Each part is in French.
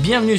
Bienvenue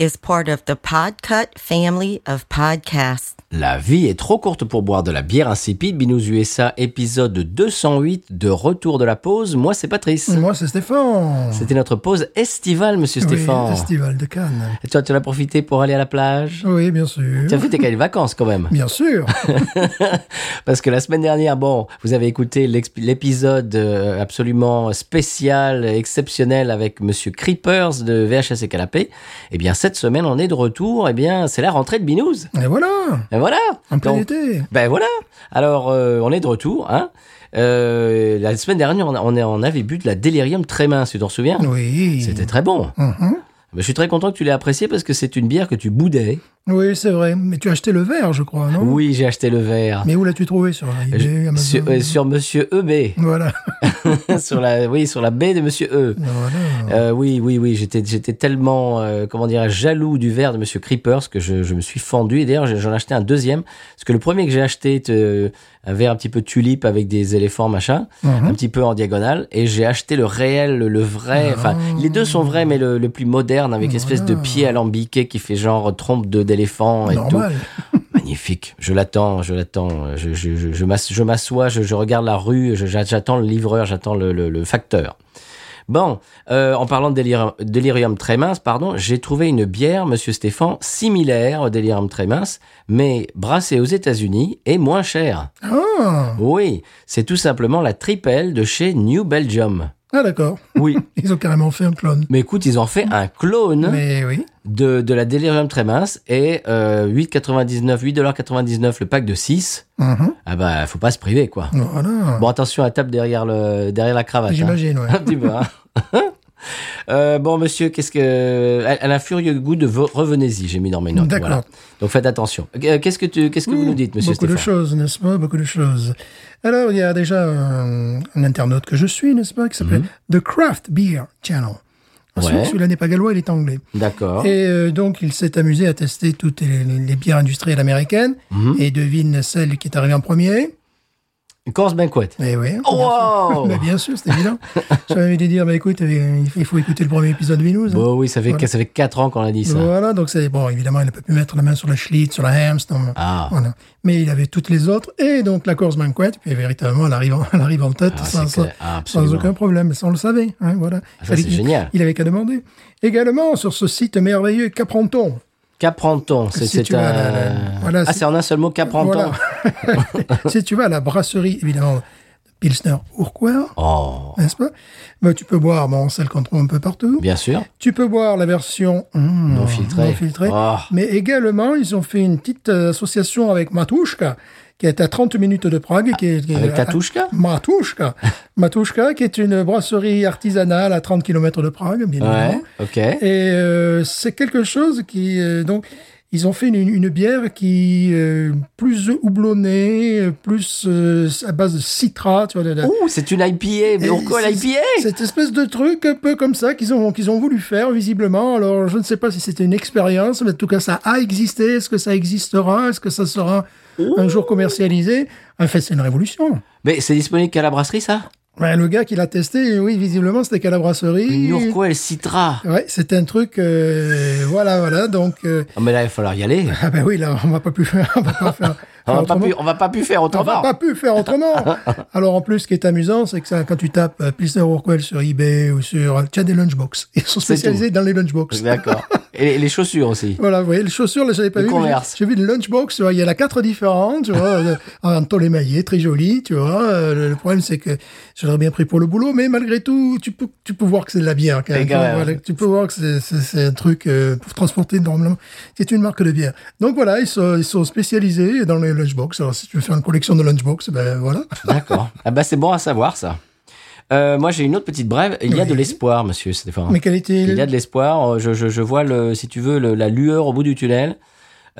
is part of the Podcut family of podcasts. La vie est trop courte pour boire de la bière insipide. Binous USA, épisode 208 de Retour de la pause. Moi, c'est Patrice. Moi, c'est Stéphane. C'était notre pause estivale, monsieur Oui, Stéphane. Festival de Cannes. Et toi, tu en as profité pour aller à la plage Oui, bien sûr. Tu as fait tes cahiers de vacances quand même. Bien sûr. Parce que la semaine dernière, bon, vous avez écouté l'exp- l'épisode euh, absolument spécial, exceptionnel avec monsieur Creepers de VHS et Canapé. Eh bien, cette semaine, on est de retour. Eh bien, c'est la rentrée de Binous. Et voilà. Et voilà. En plein Donc, été. Ben voilà. Alors, euh, on est de retour. Hein Euh, la semaine dernière, on, a- on a- on avait bu de la délirium très mince, tu t'en souviens Oui. C'était très bon. Mhm. Ben, je suis très content que tu l'aies apprécié parce que c'est une bière que tu boudais. Oui, c'est vrai. Mais tu as acheté le verre, je crois, non Oui, j'ai acheté le verre. Ah Mais où l'as-tu trouvé sur eBay, Je- Amazon sur, euh, sur Monsieur EB. Voilà. sur la, oui, sur la baie de Monsieur E. voilà. Euh, oui, oui, oui, j'étais, j'étais tellement, euh, comment dire, jaloux du verre de Monsieur Creepers que je, je me suis fendu. Et d'ailleurs, j'ai- j'en ai acheté un deuxième. Parce que le premier que j'ai acheté était euh, un verre un petit peu tulipe avec des éléphants, machin, Mhm. un petit peu en diagonale. Et j'ai acheté le réel, le, le vrai. Enfin, les deux sont vrais, mais le, le plus moderne avec l'espèce de Ah. Voilà. pied alambiqué qui fait genre trompe de- d'éléphant et tout. Normal. Magnifique. Je l'attends, je l'attends. Je, je, je, je m'ass- je m'assois, je, je regarde la rue, je- j'a- j'attends le livreur, j'attends le, le- le facteur. Bon, euh, en parlant de délirium, délirium très mince, pardon, j'ai trouvé une bière, Monsieur Stéphane, similaire au délirium très mince, mais brassée aux États-Unis et moins chère. Ah, Oui, c'est tout simplement la tripelle de chez New Belgium. ah d'accord. Oui. Ils ont carrément fait un clone. Mais écoute, ils ont fait un clone. Mais oui. de, de la Delirium très mince et euh, 8,99, 8,99 le pack de 6. Mhm. Ah bah, faut pas se priver, quoi. Voilà. Bon, bah, attention à tape derrière, le, derrière la cravate. hein. J'imagine, ouais. Un petit peu, hein. Euh, bon, monsieur, qu'est-ce que. Elle, elle a un furieux goût de vo- revenez-y, j'ai mis dans mes notes. D'accord. Mmh, voilà. Donc faites attention. Euh, Qu'est-ce que, tu, qu'est-ce que vous nous dites, monsieur Beaucoup de Stéphane choses, n'est-ce pas Beaucoup de choses. Alors, il y a déjà un, un internaute que je suis, n'est-ce pas, qui s'appelle The Craft Beer Channel. Ensuite, Mhm. Ouais. Ah. Celui-là n'est pas gallois, il est anglais. D'accord. Et euh, donc, il s'est amusé à tester toutes les, les- les bières industrielles américaines. Mhm. Et devine celle qui est arrivée en premier. Corse Banquet. Eh oui. Wow Bah, bien sûr, c'est évident. J'avais dû dire, bah, écoute, euh, il faut- il faut écouter le premier épisode de hein. Binous. Bon, oui, ça fait, ça fait 4 ans qu'on a dit ça. Voilà, donc c'est bon, évidemment, il n'a pas pu mettre la main sur la Schlitz, sur la Hams, donc, Ah. voilà. Mais il avait toutes les autres, et donc la course Banquet, puis véritablement, elle arrive en, elle arrive en tête, Ah, sans, c'est clair. sans- Ah, sans absolument. Ah, aucun problème, ça on le savait, hein, voilà. ça, Fallait c'est qu'il- génial. Il avait qu'à demander. Également, sur ce site merveilleux, Capranton. Caprenton, c'est, Si c'est tu un. as la- la- voilà, ah, si- c'est en un seul mot, Caprenton. Voilà. si tu vas à la brasserie, évidemment, Pilsner Urquhart, Oh, n'est-ce pas Ben, Tu peux boire, bon, celle qu'on trouve un peu partout. bien sûr. Tu peux boire la version hmm, Non filtrée. Oh. Mais également, ils ont fait une petite euh, association avec Matushka, qui est à 30 minutes de Prague. Qui est, qui est- Avec Tatouchka Matushka. Matushka, qui est une brasserie artisanale à 30 km de Prague, bien Ouais, évidemment. ok. Et euh, c'est quelque chose qui... euh, donc, ils ont fait une, une bière qui euh, plus houblonnée, euh, plus euh, à base de citra, tu vois. de- de- Ouh, c'est une IPA. Mais et pourquoi c'est- l'IPA Cette espèce de truc un peu comme ça qu'ils ont, qu'ils ont voulu faire, visiblement. Alors, je ne sais pas si c'était une expérience, mais en tout cas, ça a existé. Est-ce que ça existera Est-ce que ça sera un jour commercialisé En fait, c'est une révolution. Mais c'est disponible qu'à la brasserie, ça Ouais, le gars qui l'a testé, oui, visiblement, c'était qu'à la brasserie. Pourquoi elle citra Ouais, c'était un truc, euh, voilà, voilà. Donc, euh, Ah, Mais là, il va falloir y aller. ah ben oui, là, on va pas plus faire, on va pas faire, On faire va, pas autrement. pu, on va pas pu faire On n'a autrement. pas pu faire autrement. Alors en plus, ce qui est amusant, c'est que ça, quand tu tapes euh, Pilsner Urquell sur eBay ou sur... Tu as des lunchbox. Ils sont C'est spécialisés dans les lunchbox. D'accord. Et les- les chaussures aussi. Voilà, vous voyez, les chaussures, là, je n'avais pas Le vu. mais Converse. J'ai j'ai vu une lunchbox, tu vois, il y en a quatre différentes, tu vois, euh, en tôle émaillée, très jolie, tu vois. euh, Le, le problème, c'est que je l'aurais bien pris pour le boulot, mais malgré tout, tu peux, tu peux voir que c'est de la bière, quand Et même. quand même. Voilà, tu peux voir que c'est- c'est c'est un truc euh, pour transporter normalement. C'est une marque de bière. Donc voilà, ils sont, ils sont spécialisés dans les lunchbox. Alors si tu veux faire une collection de lunchbox, ben voilà. D'accord. Ah bah c'est bon à savoir ça. Euh, moi j'ai une autre petite brève. Il y a de Oui. l'espoir, monsieur Stéphane. Mais quel était Il y a de l'espoir. Euh, Je, je, je vois, le, si tu veux, le- la lueur au bout du tunnel.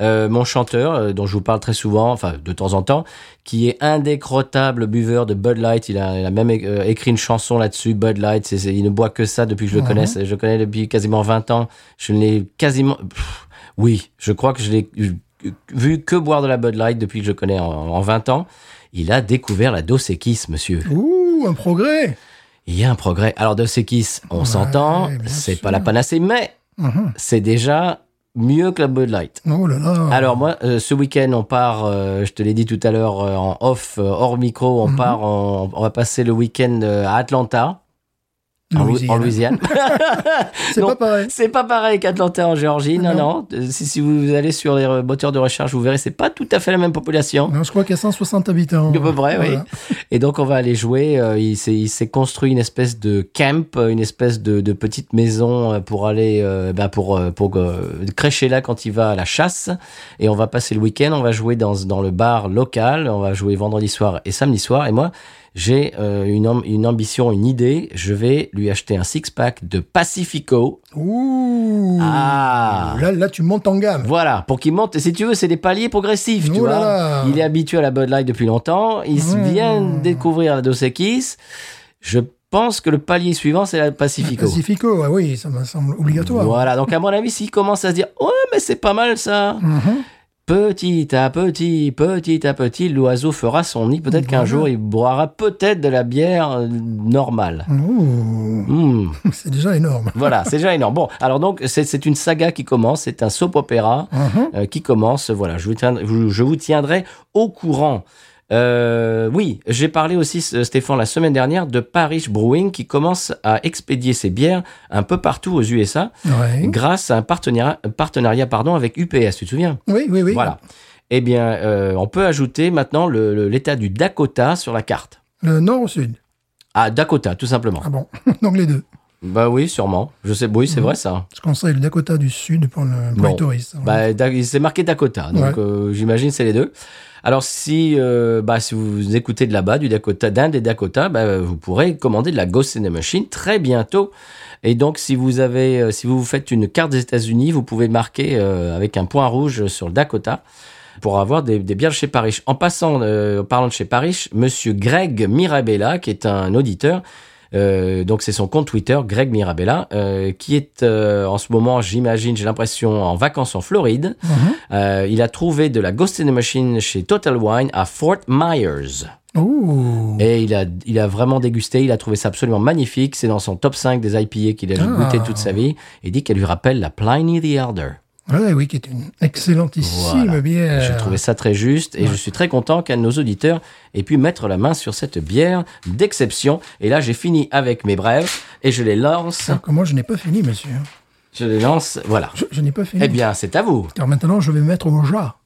euh, mon chanteur, euh, dont je vous parle très souvent, enfin de temps en temps, qui est indécrottable buveur de Bud Light. Il a, il a même é- euh, écrit une chanson là-dessus, Bud Light. c'est- c'est- il ne boit que ça depuis que je le Mhm. connais. C'est- Je le connais depuis quasiment 20 ans. Je l'ai quasiment... Pff, oui, je crois que je l'ai vu que boire de la Bud Light depuis que je le connais en, en 20 ans. Il a découvert la Dos Equis, monsieur. Ouh, un progrès. Il y a un progrès. Alors Dos Equis, on Ouais, s'entend, bien c'est sûr. pas la panacée, mais Mhm. c'est déjà mieux que la Bud Light. Oh là là. Alors moi, euh, ce week-end, on part, euh, je te l'ai dit tout à l'heure euh, en off, euh, hors micro, on Mhm. part, en- on va passer le week-end euh, à Atlanta, en Lou- Louisiane. en Louisiane. c'est non. pas pareil. C'est pas pareil qu'Atlanta en Géorgie, non, non. Non. Euh, Si, si vous allez sur les euh, moteurs de recherche, vous verrez, c'est pas tout à fait la même population. Non, je crois qu'il y a 160 habitants. À peu près, oui. Voilà. Et donc, on va aller jouer. euh, il s'est il s'est construit une espèce de camp, euh, une espèce de, de petite maison euh, pour aller, euh, ben, pour, euh, pour euh, crêcher là quand il va à la chasse. Et on va passer le week-end. On va jouer dans, dans le bar local. On va jouer vendredi soir et samedi soir. Et moi, j'ai euh, une, am- une ambition, une idée. Je vais lui acheter un six-pack de Pacifico. Ouh. Ah. Là, là, tu montes en gamme. Voilà, pour qu'il monte. Si tu veux, c'est des paliers progressifs, tu Oh là vois. là. Il est habitué à la Bud Light depuis longtemps. Il se Ouais. vient de découvrir la Dos Equis. Je pense que le palier suivant, c'est la Pacifico. Pacifico, ah oui, ça me semble obligatoire. Voilà, donc à mon avis, s'il commence à se dire « Ouais, mais c'est pas mal ça Mhm. Petit à petit, petit à petit, l'oiseau fera son nid. Peut-être qu'un Voilà. jour, il boira peut-être de la bière euh, normale. Uh-huh. Ouh, Hmm. c'est déjà énorme. Voilà, c'est déjà énorme. Bon, alors donc, c'est- c'est une saga qui commence, c'est un soap opéra Mhm. euh, qui commence. Voilà, je vous tiendrai, je, je vous tiendrai au courant. Euh, oui, j'ai parlé aussi, S- Stéphane, la semaine dernière de Parish Brewing qui commence à expédier ses bières un peu partout aux USA Ouais. grâce à un partenariat, partenariat pardon, avec UPS, tu te souviens Oui, oui, oui. Voilà. Eh bien, euh, on peut ajouter maintenant le- le- l'État du Dakota sur la carte. Le nord au sud. Ah, Dakota, tout simplement. Ah bon, donc les deux. Bah oui, sûrement. Je sais, oui, c'est Mhm. vrai ça. Je conseille le Dakota du Sud pour, le, pour Bon. les touristes. hein. Bah, Da- il s'est marqué Dakota, donc Ouais. euh, j'imagine c'est les deux. Alors si, euh, bah, si vous écoutez de là-bas, du Dakota, d'un des Dakota, bah, vous pourrez commander de la Ghost in the Machine très bientôt. Et donc si vous avez, euh, si vous vous faites une carte des États-Unis, vous pouvez marquer euh, avec un point rouge sur le Dakota pour avoir des, des bières de chez Paris. En passant, euh, en parlant de chez Paris, Monsieur Greg Mirabella, qui est un auditeur, euh, donc c'est son compte Twitter, Greg Mirabella, euh, qui est euh, en ce moment, j'imagine, j'ai l'impression, en vacances en Floride. Mhm. Euh, il a trouvé de la Ghost in the Machine chez Total Wine à Fort Myers. Ouh. Et il a, il a vraiment dégusté, il a trouvé ça absolument magnifique. C'est dans son top 5 des IPA qu'il a Ah. goûté toute sa vie. Il dit qu'elle lui rappelle la Pliny the Elder. Ouais, oui, qui est une excellentissime Voilà. bière. J'ai trouvé ça très juste et je suis très content qu'un de nos auditeurs ait pu mettre la main sur cette bière d'exception. Et là, j'ai fini avec mes brèves et je les lance. Alors que moi, je n'ai pas fini, monsieur. Je les lance. Voilà. Je, je n'ai pas fini. Eh bien, c'est à vous. Alors maintenant, je vais me mettre au jar.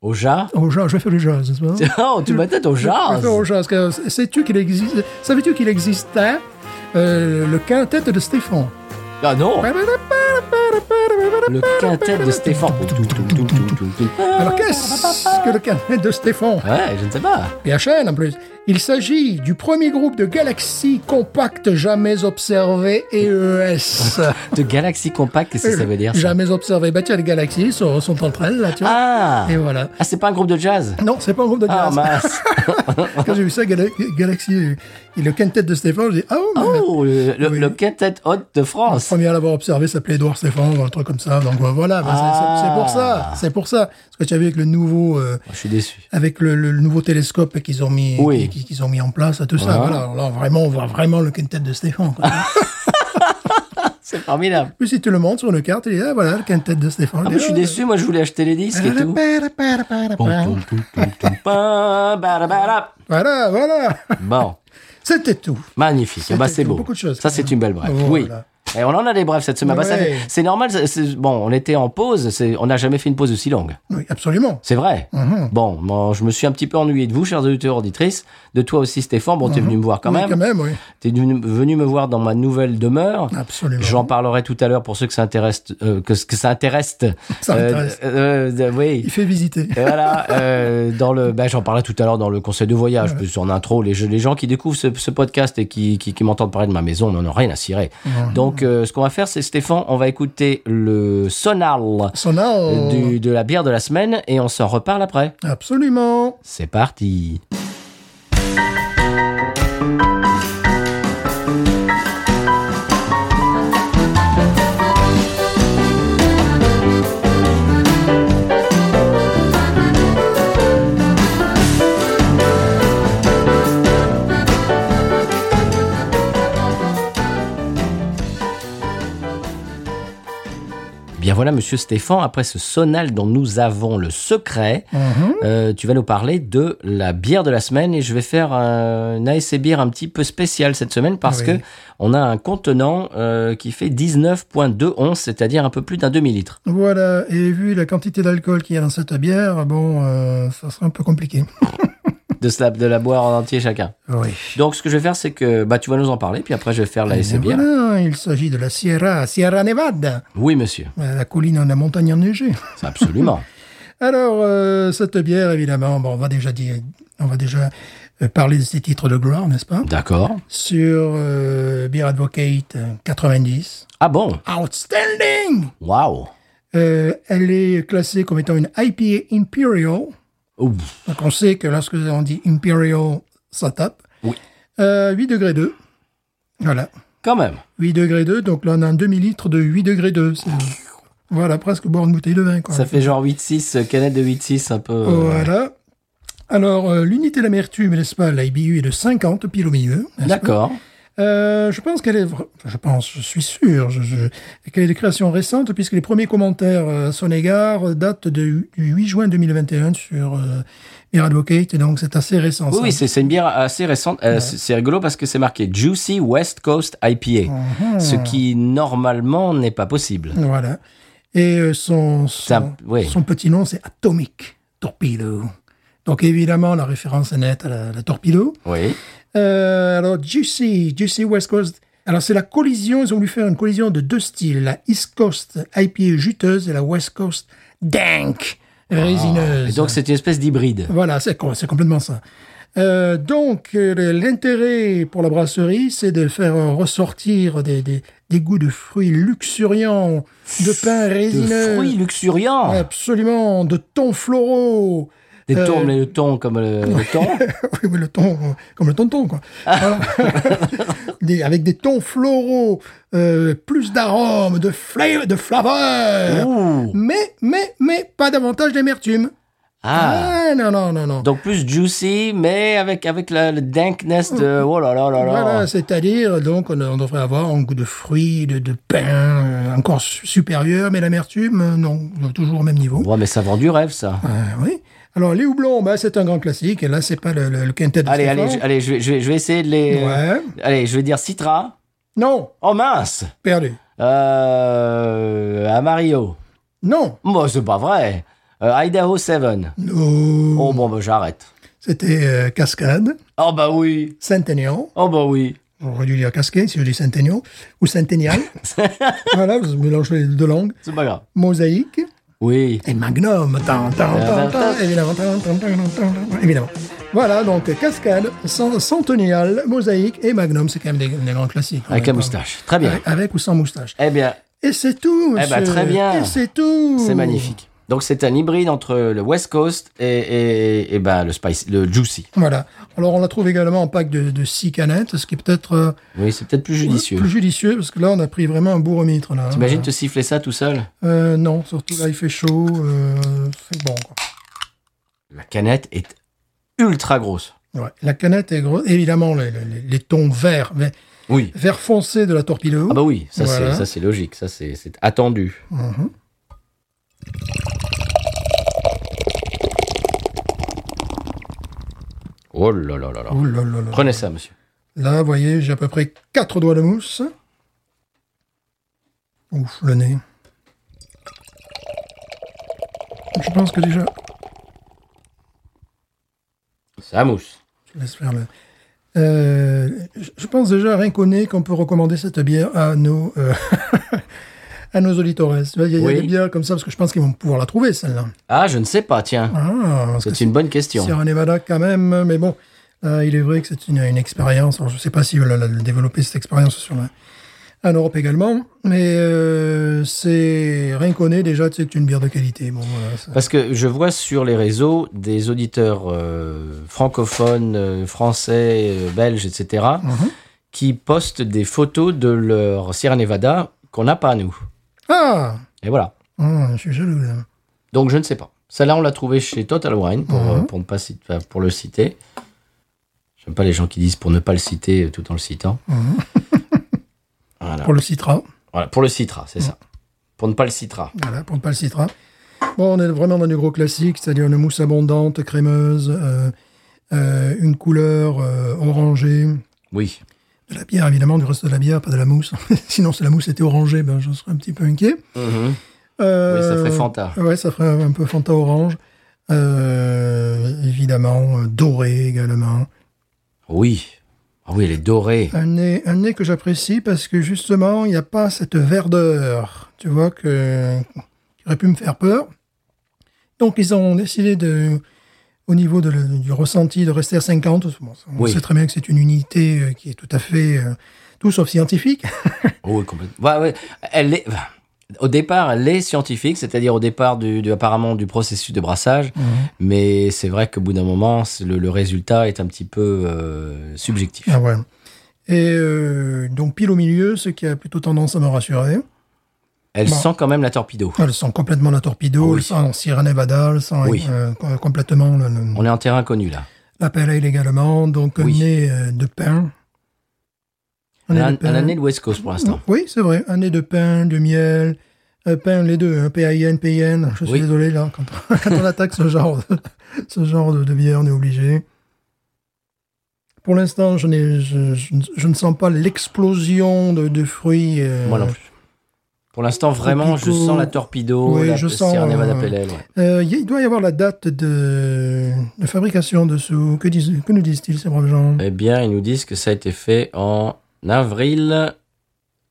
Au jar. Au jar, je vais faire le jazz, n'est-ce pas Oh, tu m'as tête au Je- je jar. vais faire au jar, parce que Sais-tu qu'il existe Savais-tu qu'il existait euh, le quintet de Stéphane Ah non. Le quintet de Stéphane. Alors qu'est-ce que le quintet de Stéphane Ouais, je ne sais pas. PHL en plus. Il s'agit du premier groupe de galaxies compactes jamais observées E EES. De Galaxy Compact, qu'est-ce que ça veut dire ça Euh, Jamais observées. Bah tiens, les galaxies sont, sont entre elles là, tu vois. Ah Et voilà. Ah, c'est pas un groupe de jazz Non, c'est pas un groupe de Ah galaxies. mince Quand j'ai vu ça, Gala- Galaxy et le quintet de Stéphane, j'ai dit ah oh, mais- Oh, le, le- Oui. le quintet haute de Le France premier à l'avoir observé s'appelait Edouard Stéphane, ou un truc comme ça. Donc voilà, bah, c'est- Ah. c'est c'est pour ça. C'est pour ça. Parce que tu as vu avec le nouveau, euh, Je suis déçu. avec le, le- le nouveau télescope qu'ils ont mis, Oui. qui- qui- qu'ils ont mis en place, tout ça. Ah. Voilà. Alors là, vraiment, on voit vraiment le quintet de Stéphane. quoi. C'est formidable. Puis si tu le montes sur une carte, il dit, ah voilà, le quintet de Stéphane. Ah, moi, je suis déçu, moi je voulais acheter les disques et tout. Pam, barabara. Voilà, voilà. Bon, C'était tout. magnifique. Ah, Bah, C'était c'est beau. beaucoup de choses, Ça, quand c'est même. une belle brève. Voilà. Oui. Et on en a des brèves cette semaine. Bah, ça Ouais. fait- c'est normal. c'est- c'est- Bon, on était en pause. c'est- On n'a jamais fait une pause aussi longue. Oui, absolument. C'est vrai. Mhm. Bon, bon, je me suis un petit peu ennuyé de vous, chers auditeurs, auditrices. De toi aussi, Stéphane. Bon, t'es venu me voir quand Mhm. Oui, même. Quand même, oui. T'es venu, venu me voir dans ma nouvelle demeure. Absolument. J'en parlerai tout à l'heure pour ceux que ça intéresse. euh, que, que ça intéresse. Ça Euh, intéresse. euh, euh, oui. Il fait visiter. Et voilà, euh, dans le, ben, j'en parlais tout à l'heure dans le conseil de voyage, plus en intro, les, les gens qui découvrent ce, ce podcast et qui, qui, qui m'entendent parler de ma maison n'en ont rien à cirer. Donc, Donc, euh, ce qu'on va faire, c'est Stéphane, on va écouter le sonal Sonal. du- de la bière de la semaine et on s'en reparle après. Absolument. C'est parti. Bien voilà, monsieur Stéphane, après ce sonal dont nous avons le secret, Mhm. euh, tu vas nous parler de la bière de la semaine et je vais faire un, une ASC bière un petit peu spéciale cette semaine parce Oui. que on a un contenant euh, qui fait 19.211, c'est-à-dire un peu plus d'un demi-litre. Voilà. Et vu la quantité d'alcool qu'il y a dans cette bière, bon, euh, ça sera un peu compliqué. De, se la- de la boire en entier chacun. Oui. Donc ce que je vais faire, c'est que bah, tu vas nous en parler, puis après je vais faire la Eh ASC bière. bien, voilà, il s'agit de la Sierra, Sierra Nevada, Oui, monsieur, euh, la colline en la montagne enneigée. C'est absolument. Alors, euh, cette bière, évidemment, bon, on va déjà dire, on va déjà euh, parler de ses titres de gloire, n'est-ce pas D'accord. Sur euh, Beer Advocate euh, 90. Ah bon Outstanding Waouh Euh, Elle est classée comme étant une IPA Imperial. Ouf. Donc, on sait que lorsque on dit Imperial, ça tape. Oui. Euh, 8 degrés 2. Voilà. Quand même. 8 degrés 2, donc là on a un demi-litre de 8 degrés 2. C'est- Voilà, presque boire une bouteille de vin. Quoi. Ça fait genre 8-6, euh, canette de 8-6 un peu... euh, Voilà. Alors, euh, l'unité d'amertume, n'est-ce pas, la IBU est de 50, pile au milieu. n'est-ce pas D'accord. Euh, je pense qu'elle est, vra- je pense, je suis sûr, je, je- qu'elle est de création récente puisque les premiers commentaires euh, à son égard euh, datent de, hu- du 8 juin 2021 sur euh, Beer Advocate, et donc c'est assez récent. Oui, ça. oui, c'est c'est une bière assez récente. Euh, c'est- C'est rigolo parce que c'est marqué Juicy West Coast IPA, Mhm. ce qui normalement n'est pas possible. Voilà. Et euh, son, C'est son, un- oui. son petit nom, c'est Atomic Torpedo. Donc évidemment, la référence est nette à la, la torpedo. Oui. Euh, alors, Juicy, Juicy West Coast. Alors, c'est la collision, ils ont voulu faire une collision de deux styles, la East Coast IPA juteuse et la West Coast dank, résineuse. Ah, Et donc c'est une espèce d'hybride. Voilà, c'est com- c'est complètement ça. Euh, donc, euh, l'intérêt pour la brasserie, c'est de faire euh, ressortir des, des, des goûts de fruits luxuriants, de pain De résineux. fruits luxuriants. Absolument, de thon floraux. Des euh, thons, mais le thon comme le, le thon. oui, oui, le thon, euh, comme le tonton, quoi. Voilà. Des- avec des tons floraux, euh, plus d'arômes, de, fla de flaveurs. Ouh. Mais, mais, mais, pas davantage d'amertume. Ah. Ah, non, non, non, non. Donc plus juicy, mais avec avec la, le dankness de oh là là là là. Mm. Voilà, c'est-à-dire, donc, on, on devrait avoir un goût de fruits, de, de pain, euh, encore su- supérieur, mais l'amertume, euh, non, toujours au même niveau. Ouais, mais ça vend du rêve ça. Ah, oui. Alors, les houblons, bah, c'est un grand classique, et là, Ah, c'est pas le, le, le quintet de Allez Stéphane. allez je, allez je vais je vais, je vais essayer de les. Ouais. Allez je vais dire Citra. Non, Oh mince. perdu. Euh, Amarillo. Non. Moi, c'est pas vrai. Euh, Idaho 7. Non. Oh, bon, bah, j'arrête. C'était euh, Cascade, Oh, bah oui. Centennial. Oh, bah oui. On aurait dû dire Cascade si je dis Centennial. Ou Centennial. voilà, vous mélangez les deux langues. C'est pas grave. Mosaïque Oui. et Magnum. Tan, tan, tan, tan, évidemment. tan, tan, tan, tan, tan, évidemment. Voilà, donc Cascade, Cent- Centennial, Mosaïque et Magnum. C'est quand même des, des grands classiques. Avec la moustache. Très bien. Avec, avec ou sans moustache. Eh bien, Et c'est tout, Eh ben, monsieur. très bien. Et c'est tout. c'est magnifique. Donc, c'est un hybride entre le West Coast et, et, et, ben, le spicy, le juicy. Voilà. Alors, on la trouve également en pack de, de six canettes, ce qui est peut-être euh, Oui, c'est peut-être plus judicieux. plus judicieux, parce que là, on a pris vraiment un beau remitre. là. hein. T'imagines te siffler ça tout seul Euh, non, surtout là, il fait chaud. euh, c'est bon. Quoi. La canette est ultra grosse. Ouais. La canette est grosse. Évidemment, les, les- les tons verts, mais Oui. vert foncé de la torpedo. Ah, bah oui. Ça, Voilà. Mhm. c'est ça, c'est logique. Ça, c'est c'est attendu. Oh là là là là. Ouh là là là. Prenez ça, monsieur. Là, vous voyez, j'ai à peu près quatre doigts de mousse. Ouf, le nez. Je pense que déjà, Ça mousse. je laisse faire le. Euh, je- je pense déjà rien qu'au nez qu'on peut recommander cette bière à nos euh, à nos auditores. Tu vois, Il y a, il y a Oui. des bières comme ça parce que je pense qu'ils vont pouvoir la trouver celle-là. Ah, je ne sais pas, tiens. Ah, parce que C'est une bonne question. Sierra Nevada quand même, mais bon, euh, il est vrai que c'est une, une expérience. Alors, je ne sais pas si on va développer cette expérience sur la, en Europe également. Mais euh, c'est rien qu'on est déjà, c'est une bière de qualité. Bon, voilà, ça- Parce que je vois sur les réseaux des auditeurs euh, francophones, euh, français, euh, belges, etc., Mhm. qui postent des photos de leur Sierra Nevada qu'on n'a pas, nous. Ah, Et voilà. Oh, je suis jaloux là. Donc, je ne sais pas. Celle-là, on l'a trouvée chez Total Wine, pour, Mhm. euh, pour, ne pas citer- enfin, pour le citer. J'aime pas les gens qui disent pour ne pas le citer euh, tout en le citant. voilà. Mhm. Pour le citra. Voilà, pour le citra, c'est ça. Pour ne pas le citra. Voilà, pour ne pas le citra. Bon, on est vraiment dans du gros classique, c'est-à-dire une mousse abondante, crémeuse, euh, euh, une couleur euh, orangée. Oui. De la bière, évidemment, du reste de la bière, pas de la mousse. Sinon, si la mousse était orangée, ben, je serais un petit peu inquiet. Euh, Oui, ça ferait Fanta. Ouais, ça ferait un peu Fanta orange. Euh, évidemment, euh, doré également. Oui. Ah oui, elle est dorée. Un nez, un nez que j'apprécie parce que justement, il n'y a pas cette verdeur, tu vois, que, qui aurait pu me faire peur. Donc, ils ont décidé de, au niveau de le- du ressenti, de rester à 50. Bon, on Oui. sait très bien que c'est une unité euh, qui est tout à fait, euh, tout sauf scientifique. Oh, oui, complètement. Ouais, ouais. Elle est... Au départ, elle est scientifique, c'est-à-dire au départ du, du- apparemment du processus de brassage, Mhm. mais c'est vrai qu'au bout d'un moment, c'est le, le résultat est un petit peu euh, subjectif. Ah ouais. Et euh, donc, pile au milieu, ce qui a plutôt tendance à me rassurer. Elle Bon. sent quand même la torpedo. Elles sont Ah, complètement la torpedo, Ah Oui. elles sont en Sierra Nevada, elles sont Oui. euh, co- complètement le- le- On est en terrain connu là. la pale ale également, donc Oui. un nez euh, de pain. On est nez un, de pain. un année de West Coast pour l'instant. Oui, c'est vrai, un nez de pain, de miel, euh, pain les deux, hein, P-A-I-N, P-I-N, je suis Oui. désolé là, quand on, quand on attaque ce genre, de, ce genre de, de bière, on est obligé. Pour l'instant, je, n'ai- je, je ne- je ne sens pas l'explosion de, de fruits. euh, Moi non plus. Pour l'instant, vraiment, je Tropico. sens la torpedo, Oui, la je sens, Sierra Nevada euh, Pale Ale, ouais. Euh, il doit y avoir la date de, de fabrication de ce. Que, disent- que nous disent-ils, ces braves gens Eh bien, ils nous disent que ça a été fait en avril,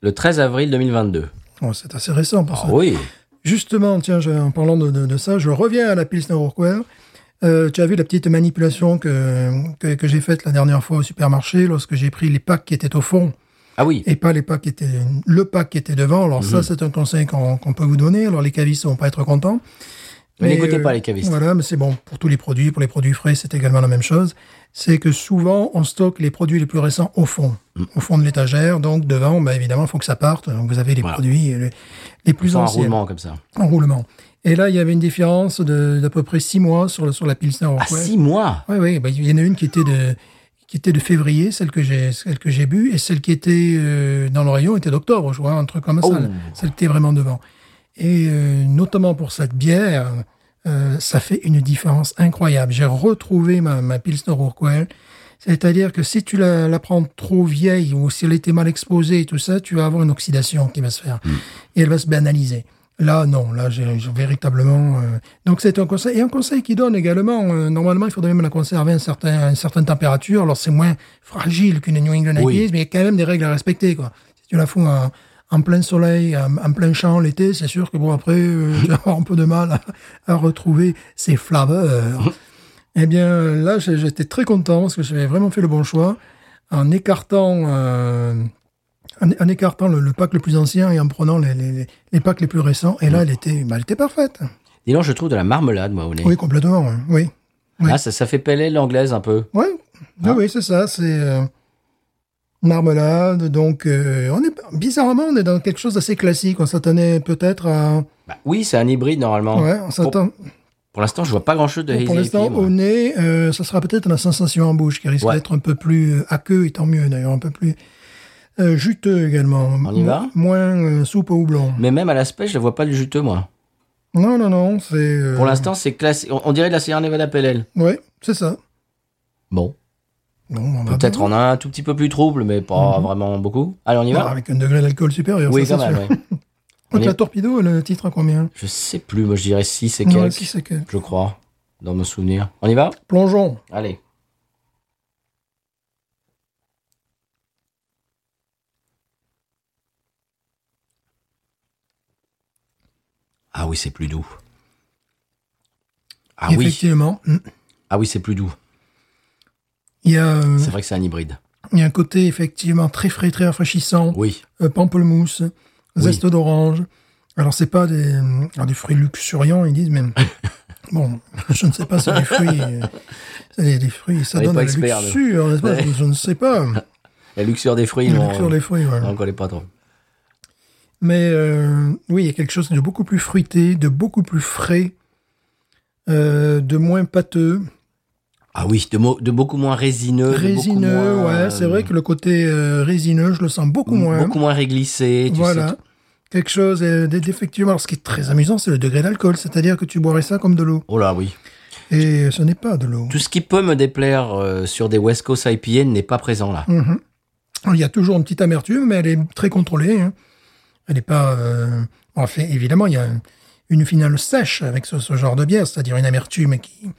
le 13 avril 2022. Oh, C'est assez récent. Parce Ah que- oui Justement, tiens, je- en parlant de, de- de ça, je reviens à la Pilsner Urquell. Euh, tu as vu la petite manipulation que, que, que j'ai faite la dernière fois au supermarché lorsque j'ai pris les packs qui étaient au fond Ah oui et pas les packs qui étaient, le pack qui était devant. Alors Mhm. ça, c'est un conseil qu'on qu'on peut vous donner. Alors les cavistes vont pas être contents. Mais Mais, n'écoutez euh, pas les cavistes. Voilà, mais c'est bon pour tous les produits, pour les produits frais, c'est également la même chose. C'est que souvent, on stocke les produits les plus récents au fond, Mm. au fond de l'étagère. Donc devant, bah, évidemment, il faut que ça parte. Donc vous avez les Voilà. produits les, les Ils plus font un anciens roulement comme ça. en roulement. Et là, il y avait une différence de- d'à peu près six mois sur, le, sur la Pilsner Ah, Urquell. six mois Oui, oui, bah, il y en a une qui était de qui était de février, celle que j'ai celle que j'ai bu, et celle qui était euh, dans le rayon était d'octobre, je vois, un truc comme ça, Oh. là. celle qui était vraiment devant. Et euh, notamment pour cette bière, euh, ça fait une différence incroyable. J'ai retrouvé ma, ma Pilsner Urquell, c'est-à-dire que si tu la, la prends trop vieille ou si elle était mal exposée et tout ça, tu vas avoir une oxydation qui va se faire et elle va se banaliser. Là, non, là, j'ai j'ai véritablement. euh, Donc, c'est un conseil. Et un conseil qui donne également, euh, normalement, il faudrait même la conserver à, un certain, à une certaine température. Alors, c'est moins fragile qu'une New England IPA, Oui. mais il y a quand même des règles à respecter, quoi. Si tu la fous en, en plein soleil, en, en plein champ l'été, c'est sûr que bon, après, euh, tu vas avoir un peu de mal à, à retrouver ses flaveurs. eh bien, là, j'ai- j'étais très content parce que j'avais vraiment fait le bon choix en écartant. euh, en, en écartant le, le pack le plus ancien et en prenant les, les, les- les packs les plus récents. Et là, elle était, bah, elle était parfaite. Dis donc, je trouve de la marmelade, moi, au nez. Oui, complètement. ouais. Oui, oui. Ah, ça, ça fait Pale Ale anglaise un peu. ouais. Oui, oui, c'est ça. C'est euh, marmelade. Donc, euh, on est bizarrement, on est dans quelque chose d'assez classique. On s'attendait peut-être à. Bah, oui, c'est un hybride, normalement. Ouais, on pour s'attend. pour l'instant, je vois pas grand-chose de Hazy Pour, l'instant, IPA, moi. au nez, euh, ça sera peut-être la sensation en bouche qui risque Ouais. d'être un peu plus euh, aqueux, et tant mieux d'ailleurs, un peu plus euh, juteux également. On y va Mo- Moins euh, soupe au houblon. Mais même à l'aspect, je ne vois pas le juteux, moi. Non, non, non, c'est. euh, Pour l'instant, c'est classé. On, on dirait de la Sierra Nevada Pale Ale. Ouais, c'est ça. Bon, Ah Bon, on va peut-être bien. on a un tout petit peu plus trouble, mais pas vraiment beaucoup. Allez, on y Non, va avec un degré d'alcool supérieur. Oui, Bah, ça, quand c'est même, sûr. ouais. On Donc y la va. torpedo, le titre à combien Je sais plus, moi je dirais 6 et Non, quelques, si c'est que- je crois, dans mon souvenir. On y va Plongeons. Allez. Ah oui, c'est plus doux. Ah oui, Effectivement, mm, ah oui, c'est plus doux. il y a, euh, C'est vrai que c'est un hybride. Il y a un côté effectivement très frais, très rafraîchissant. Oui. Euh, pamplemousse, zeste d'orange. Alors c'est pas des, alors, des fruits luxuriants, ils disent, mais bon, je ne sais pas si des fruits, euh, c'est des, des fruits, ça On est donne pas la experts, nous. luxure, n'est-ce pas Ouais. je, je ne sais pas. La luxure des fruits, la non. luxure des fruits, voilà. on connaît pas trop. Mais euh, oui, il y a quelque chose de beaucoup plus fruité, de beaucoup plus frais, euh, de moins pâteux, Ah oui, de, mo- de beaucoup moins résineux. de beaucoup résineux. moins, ouais, c'est vrai que le côté euh, résineux, je le sens beaucoup m- moins. Beaucoup moins réglissé, tu voilà. sais. Quelque chose euh, d- d'effectivement. Alors, ce qui est très amusant, c'est le degré d'alcool, c'est-à-dire que tu boirais ça comme de l'eau. Oh là, oui. Et ce n'est pas de l'eau. Tout ce qui peut me déplaire euh, sur des West Coast IPA n'est pas présent là. Mhm. Alors, Il y a toujours une petite amertume, mais elle est très contrôlée. hein. Elle n'est pas. euh, bon, fait, évidemment, il y a un- une finale sèche avec ce, ce genre de bière, c'est-à-dire une amertume qui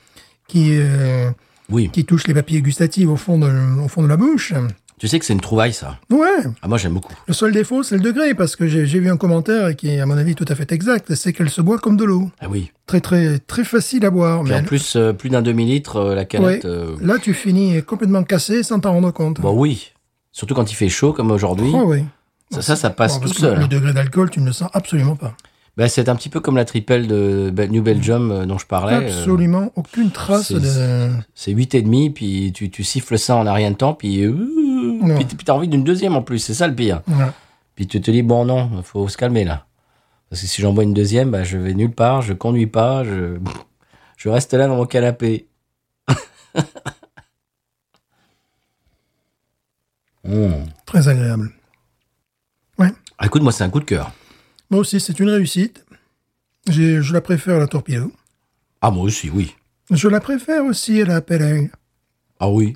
qui euh, Oui. qui touche les papilles gustatives au fond de au fond de la bouche. Tu sais que c'est une trouvaille, ça. Ouais. Ah, moi, j'aime beaucoup. Le seul défaut, c'est le degré, parce que j'ai j'ai vu un commentaire qui est à mon avis tout à fait exact, c'est qu'elle se boit comme de l'eau. Ah oui. Très très très facile à boire. Puis mais en plus, euh, plus d'un demi-litre, euh, la canette. Ouais. euh, Là, tu finis complètement cassé sans t'en rendre compte. Bon, oui. Surtout quand il fait chaud, comme aujourd'hui. Ah oui. Ça, ça, ça passe Bon, oh, parce tout que seul. Le degré d'alcool, tu ne le sens absolument pas. Ben, c'est un petit peu comme la triple de Be- New Belgium euh, dont je parlais. euh, absolument aucune trace c'est- de. C'est huit et demi, puis tu, tu siffles ça en un rien de temps, puis euh, Ouais. puis t- puis t'as envie d'une deuxième en plus, c'est ça le pire. Voilà. Puis tu te dis bon non, faut se calmer là, parce que si j'en bois une deuxième, bah, je vais nulle part, je conduis pas, je je reste là dans mon canapé. Hmm. Très agréable. Ouais. Ah, écoute, moi c'est un coup de cœur. Moi aussi, c'est une réussite. J'ai- Je la préfère à la Torpedo. Ah moi aussi, oui. Je la préfère aussi à la Pale Ale, Ah oui,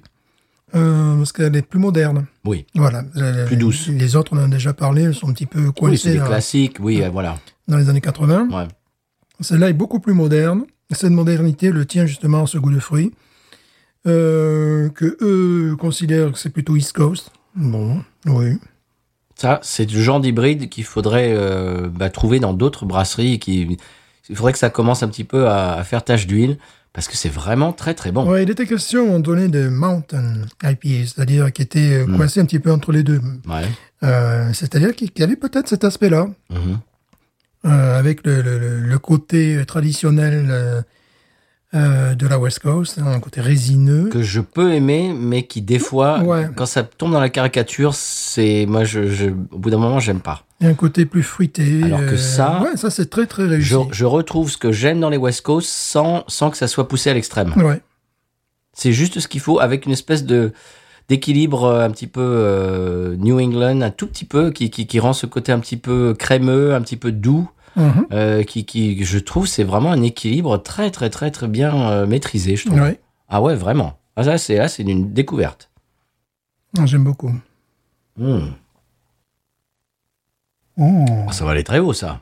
euh, parce qu'elle est plus moderne. oui. Voilà. Elle- Plus douce. Les autres, on en a déjà parlé, elles sont un petit peu Oui, c'est coincées des dans, classiques, oui, euh, voilà. dans les années 80. Ouais. Celle-là est beaucoup plus moderne. Cette modernité le tient justement à ce goût de fruits euh, que eux considèrent que c'est plutôt East Coast. Bon, oui. Ça, c'est du genre d'hybride qu'il faudrait euh, bah, trouver dans d'autres brasseries. Qui... Il faudrait que ça commence un petit peu à, à faire tache d'huile, parce que c'est vraiment très très bon. Ouais, il était question à un moment donné de Mountain IPA, c'est-à-dire qui était Hmm. euh, coincé un petit peu entre les deux. Ouais. Euh, c'est-à-dire qu'il qu'il y avait peut-être cet aspect-là, Mhm. euh, avec le, le- le- le côté traditionnel euh, euh, de la West Coast, hein, un côté résineux. Que je peux aimer, mais qui des fois, Ouais. quand ça tombe dans la caricature, c'est moi, je, je- au bout d'un moment, j'aime pas. Et un côté plus fruité. euh, Alors que ça- Ouais, ça c'est très très réussi. Je, je retrouve ce que j'aime dans les West Coast sans, sans que ça soit poussé à l'extrême. Ouais. C'est juste ce qu'il faut, avec une espèce de d'équilibre euh, un petit peu euh, New England, un tout petit peu, qui, qui, qui rend ce côté un petit peu crémeux, un petit peu doux. Mhm. euh, qui, qui, je trouve, c'est vraiment un équilibre très, très, très, très bien euh, maîtrisé, je trouve. Ouais. Ah ouais, vraiment. Ah, ça, c'est là, c'est une découverte. J'aime beaucoup. Hmm. Ah, ça va aller très haut, ça.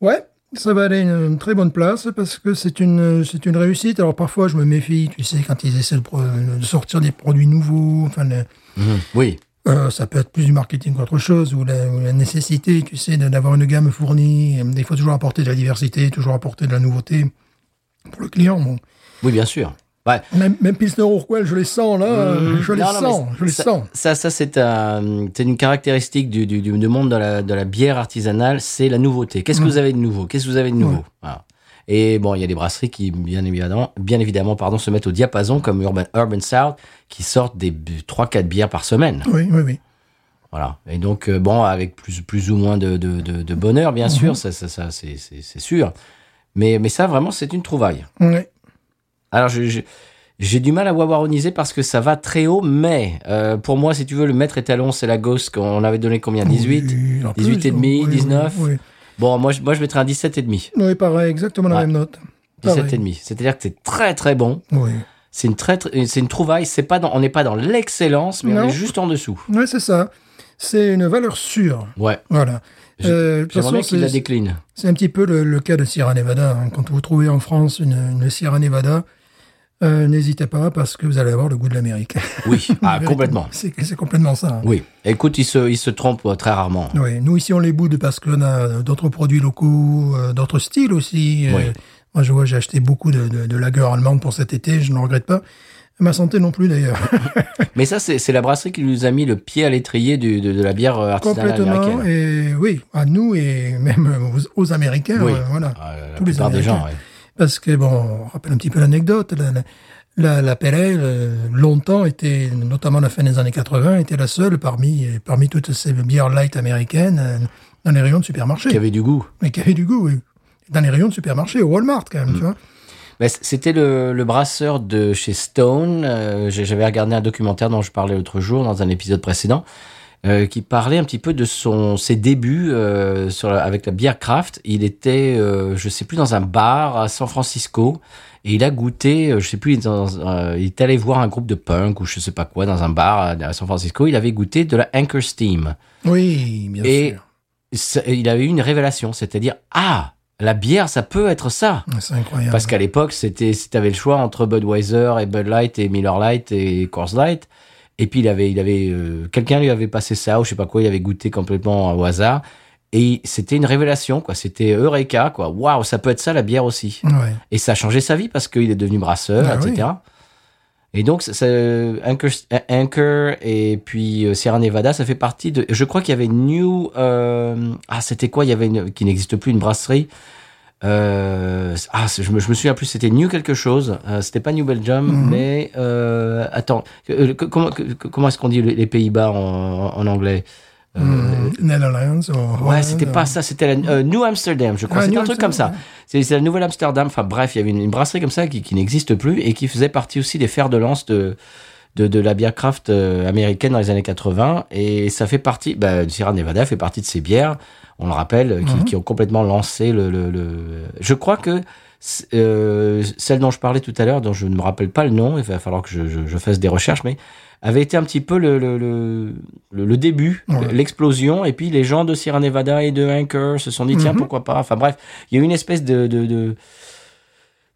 Oh. Ouais, ça va aller une, une très bonne place parce que c'est une, c'est une réussite. Alors parfois, je me méfie, tu sais, quand ils essaient de, pro- de sortir des produits nouveaux, enfin, le- Mhm. Oui. euh, ça peut être plus du marketing qu'autre chose ou la, ou la nécessité, tu sais, de- d'avoir une gamme fournie. Il faut toujours apporter de la diversité, toujours apporter de la nouveauté pour le client. Bon. Oui, bien sûr. Ouais. Même, même Pilsner Urquell, je les sens là, euh, Mhm. je les Non, non, mais sens, je les ça, sens. Ça, ça, c'est un- c'est une caractéristique du, du, du- du monde de la, de la bière artisanale, c'est la nouveauté. Qu'est-ce Mmh. que vous avez de nouveau Qu'est-ce que vous avez de nouveau Voilà. Et bon, il y a des brasseries qui, bien évidemment, bien évidemment pardon, se mettent au diapason, comme Urban, Urban South, qui sortent des 3-4 bières par semaine. Oui, oui, oui. Voilà. Et donc, euh, bon, avec plus, plus ou moins de, de, de, de bonheur, Mmh. bien sûr, ça, ça, ça, c'est- c'est c'est sûr. Mais, mais ça, vraiment, c'est une trouvaille. Ouais. Alors, je- je- j'ai du mal à wawaroniser parce que ça va très haut, mais euh, pour moi, si tu veux, le maître étalon, c'est la gosse qu'on avait donné combien 18 Oui, en plus, 18 et demi, oui, oui, 19. Oui, Bon, moi je, moi, je mettrais un 17,5. Oui, pareil, exactement la Ouais. même note. Pareil. 17,5. C'est-à-dire que c'est très, très bon. Oui. C'est une, très, très- c'est une trouvaille. C'est pas dans, on n'est pas dans l'excellence, mais on Non. est juste en dessous. Ouais, c'est ça. C'est une valeur sûre. Ouais. Voilà. Je- Euh, de toute J'aimerais bien façon, qu'il la c'est- décline. c'est un petit peu le, le cas de Sierra Nevada. hein. Quand vous trouvez en France une, une Sierra Nevada, euh, n'hésitez pas parce que vous allez avoir le goût de l'Amérique. Oui, ah, complètement. C'est c'est complètement ça. hein. Oui. Écoute, il se, il se trompe euh, très rarement. Oui, nous ici on les boude parce qu'on a d'autres produits locaux, euh, d'autres styles aussi. Euh, Oui. moi je vois, j'ai acheté beaucoup de, de, de lagers allemandes pour cet été, je ne le regrette pas. Ma santé non plus d'ailleurs. Mais ça, c'est c'est la brasserie qui nous a mis le pied à l'étrier du- de, de la bière euh, artisanale Complètement. américaine. Et oui, à nous et même euh, aux, aux Américains. Oui. euh, voilà. Ah, la Tous les plupart des gens, Américains. ouais. Parce que, bon, on rappelle un petit peu l'anecdote. La, la, la, la Pale Ale, euh, longtemps, était, notamment à la fin des années 80, était la seule parmi, parmi toutes ces bières light américaines euh, dans les rayons de supermarché. qui avaient du goût. Mais qui avait du goût, oui. Dans les rayons de supermarché, au Walmart, quand Mm. même, tu vois. Bah, c- C'était le, le brasseur de chez Stone. euh, j'ai- J'avais regardé un documentaire dont je parlais l'autre jour dans un épisode précédent, euh, qui parlait un petit peu de son ses débuts euh, sur la- avec la bière craft. Il était, euh, je sais plus, dans un bar à San Francisco et il a goûté, euh, je sais plus, il, est dans- euh, il est allé voir un groupe de punk ou je sais pas quoi dans un bar à, à San Francisco. Il avait goûté de la Anchor Steam Oui, bien et sûr. ça- il avait eu une révélation, c'est-à-dire ah la bière ça peut être ça. C'est incroyable. Parce qu'à l'époque, c'était, si t'avais le choix entre Budweiser et Bud Light et Miller Light et Coors Light, et puis il avait, il avait, euh, quelqu'un lui avait passé ça ou je sais pas quoi, il avait goûté complètement au hasard, et il- c'était une révélation, quoi. C'était Eureka, quoi. Waouh, ça peut être ça la bière aussi. Ouais. Et ça a changé sa vie parce qu'il est devenu brasseur, Ah oui. etc. Et donc, ça, ça, Anchor, Anchor et puis euh, Sierra Nevada, ça fait partie de. Je crois qu'il y avait New. euh, ah, c'était quoi Il y avait une, qui n'existe plus une brasserie. Euh, ah, c'est- je me, je me souviens plus. C'était New quelque chose. Euh, c'était pas New Belgium, Mhm. mais euh, attends. euh, que- comment que- comment est-ce qu'on dit les Pays-Bas en, en anglais Euh, Mmh, Netherlands. ou Ouais, Holland, c'était pas ou- ça, c'était la- euh, New Amsterdam, je crois. Ah, c'était New un truc comme ça. Amsterdam, C'est c'est la Nouvelle Amsterdam. Enfin bref, il y avait une, une brasserie comme ça qui, qui n'existe plus et qui faisait partie aussi des fers de lance de, de, de la bière craft euh, américaine dans les années 80. Et ça fait partie, bah, Sierra Nevada fait partie de ces bières, on le rappelle, euh, qui, Mhm. qui ont complètement lancé le. le, le- Je crois que. c- euh, celle dont je parlais tout à l'heure, dont je ne me rappelle pas le nom, il va falloir que je, je- je fasse des recherches, mais avait été un petit peu le, le, le, le- le début, Ouais. l'explosion, et puis les gens de Sierra Nevada et de Anchor se sont dit, tiens, Mhm. pourquoi pas Enfin bref, il y a eu une espèce de, de, de,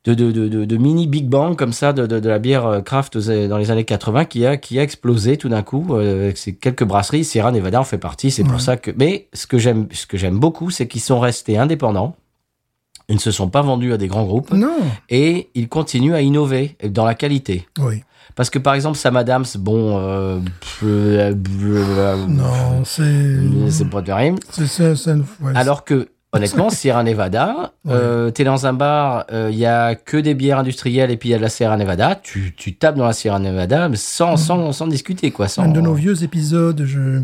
de, de, de- de- de mini Big Bang comme ça de, de, de la bière euh, craft aux- dans les années 80 qui a, qui a explosé tout d'un coup. euh, avec ces quelques brasseries, Sierra Nevada en fait partie, c'est pour Ouais. ça que... Mais ce que j'aime ce que j'aime beaucoup, c'est qu'ils sont restés indépendants. Ils ne se sont pas vendus à des grands groupes Non, et ils continuent à innover dans la qualité. oui. Parce que par exemple, Sam Adams, bon, euh, pff, euh, euh, Non, euh, c'est. c'est pas terrible. C'est ça, ça. ouais, Alors que, honnêtement, Sierra Nevada, euh, t'es dans un bar, il y a que des bières industrielles et puis il y a de la Sierra Nevada, tu, tu tapes dans la Sierra Nevada mais sans, sans, sans discuter, quoi. Sans... Un Mm. de nos vieux épisodes, je,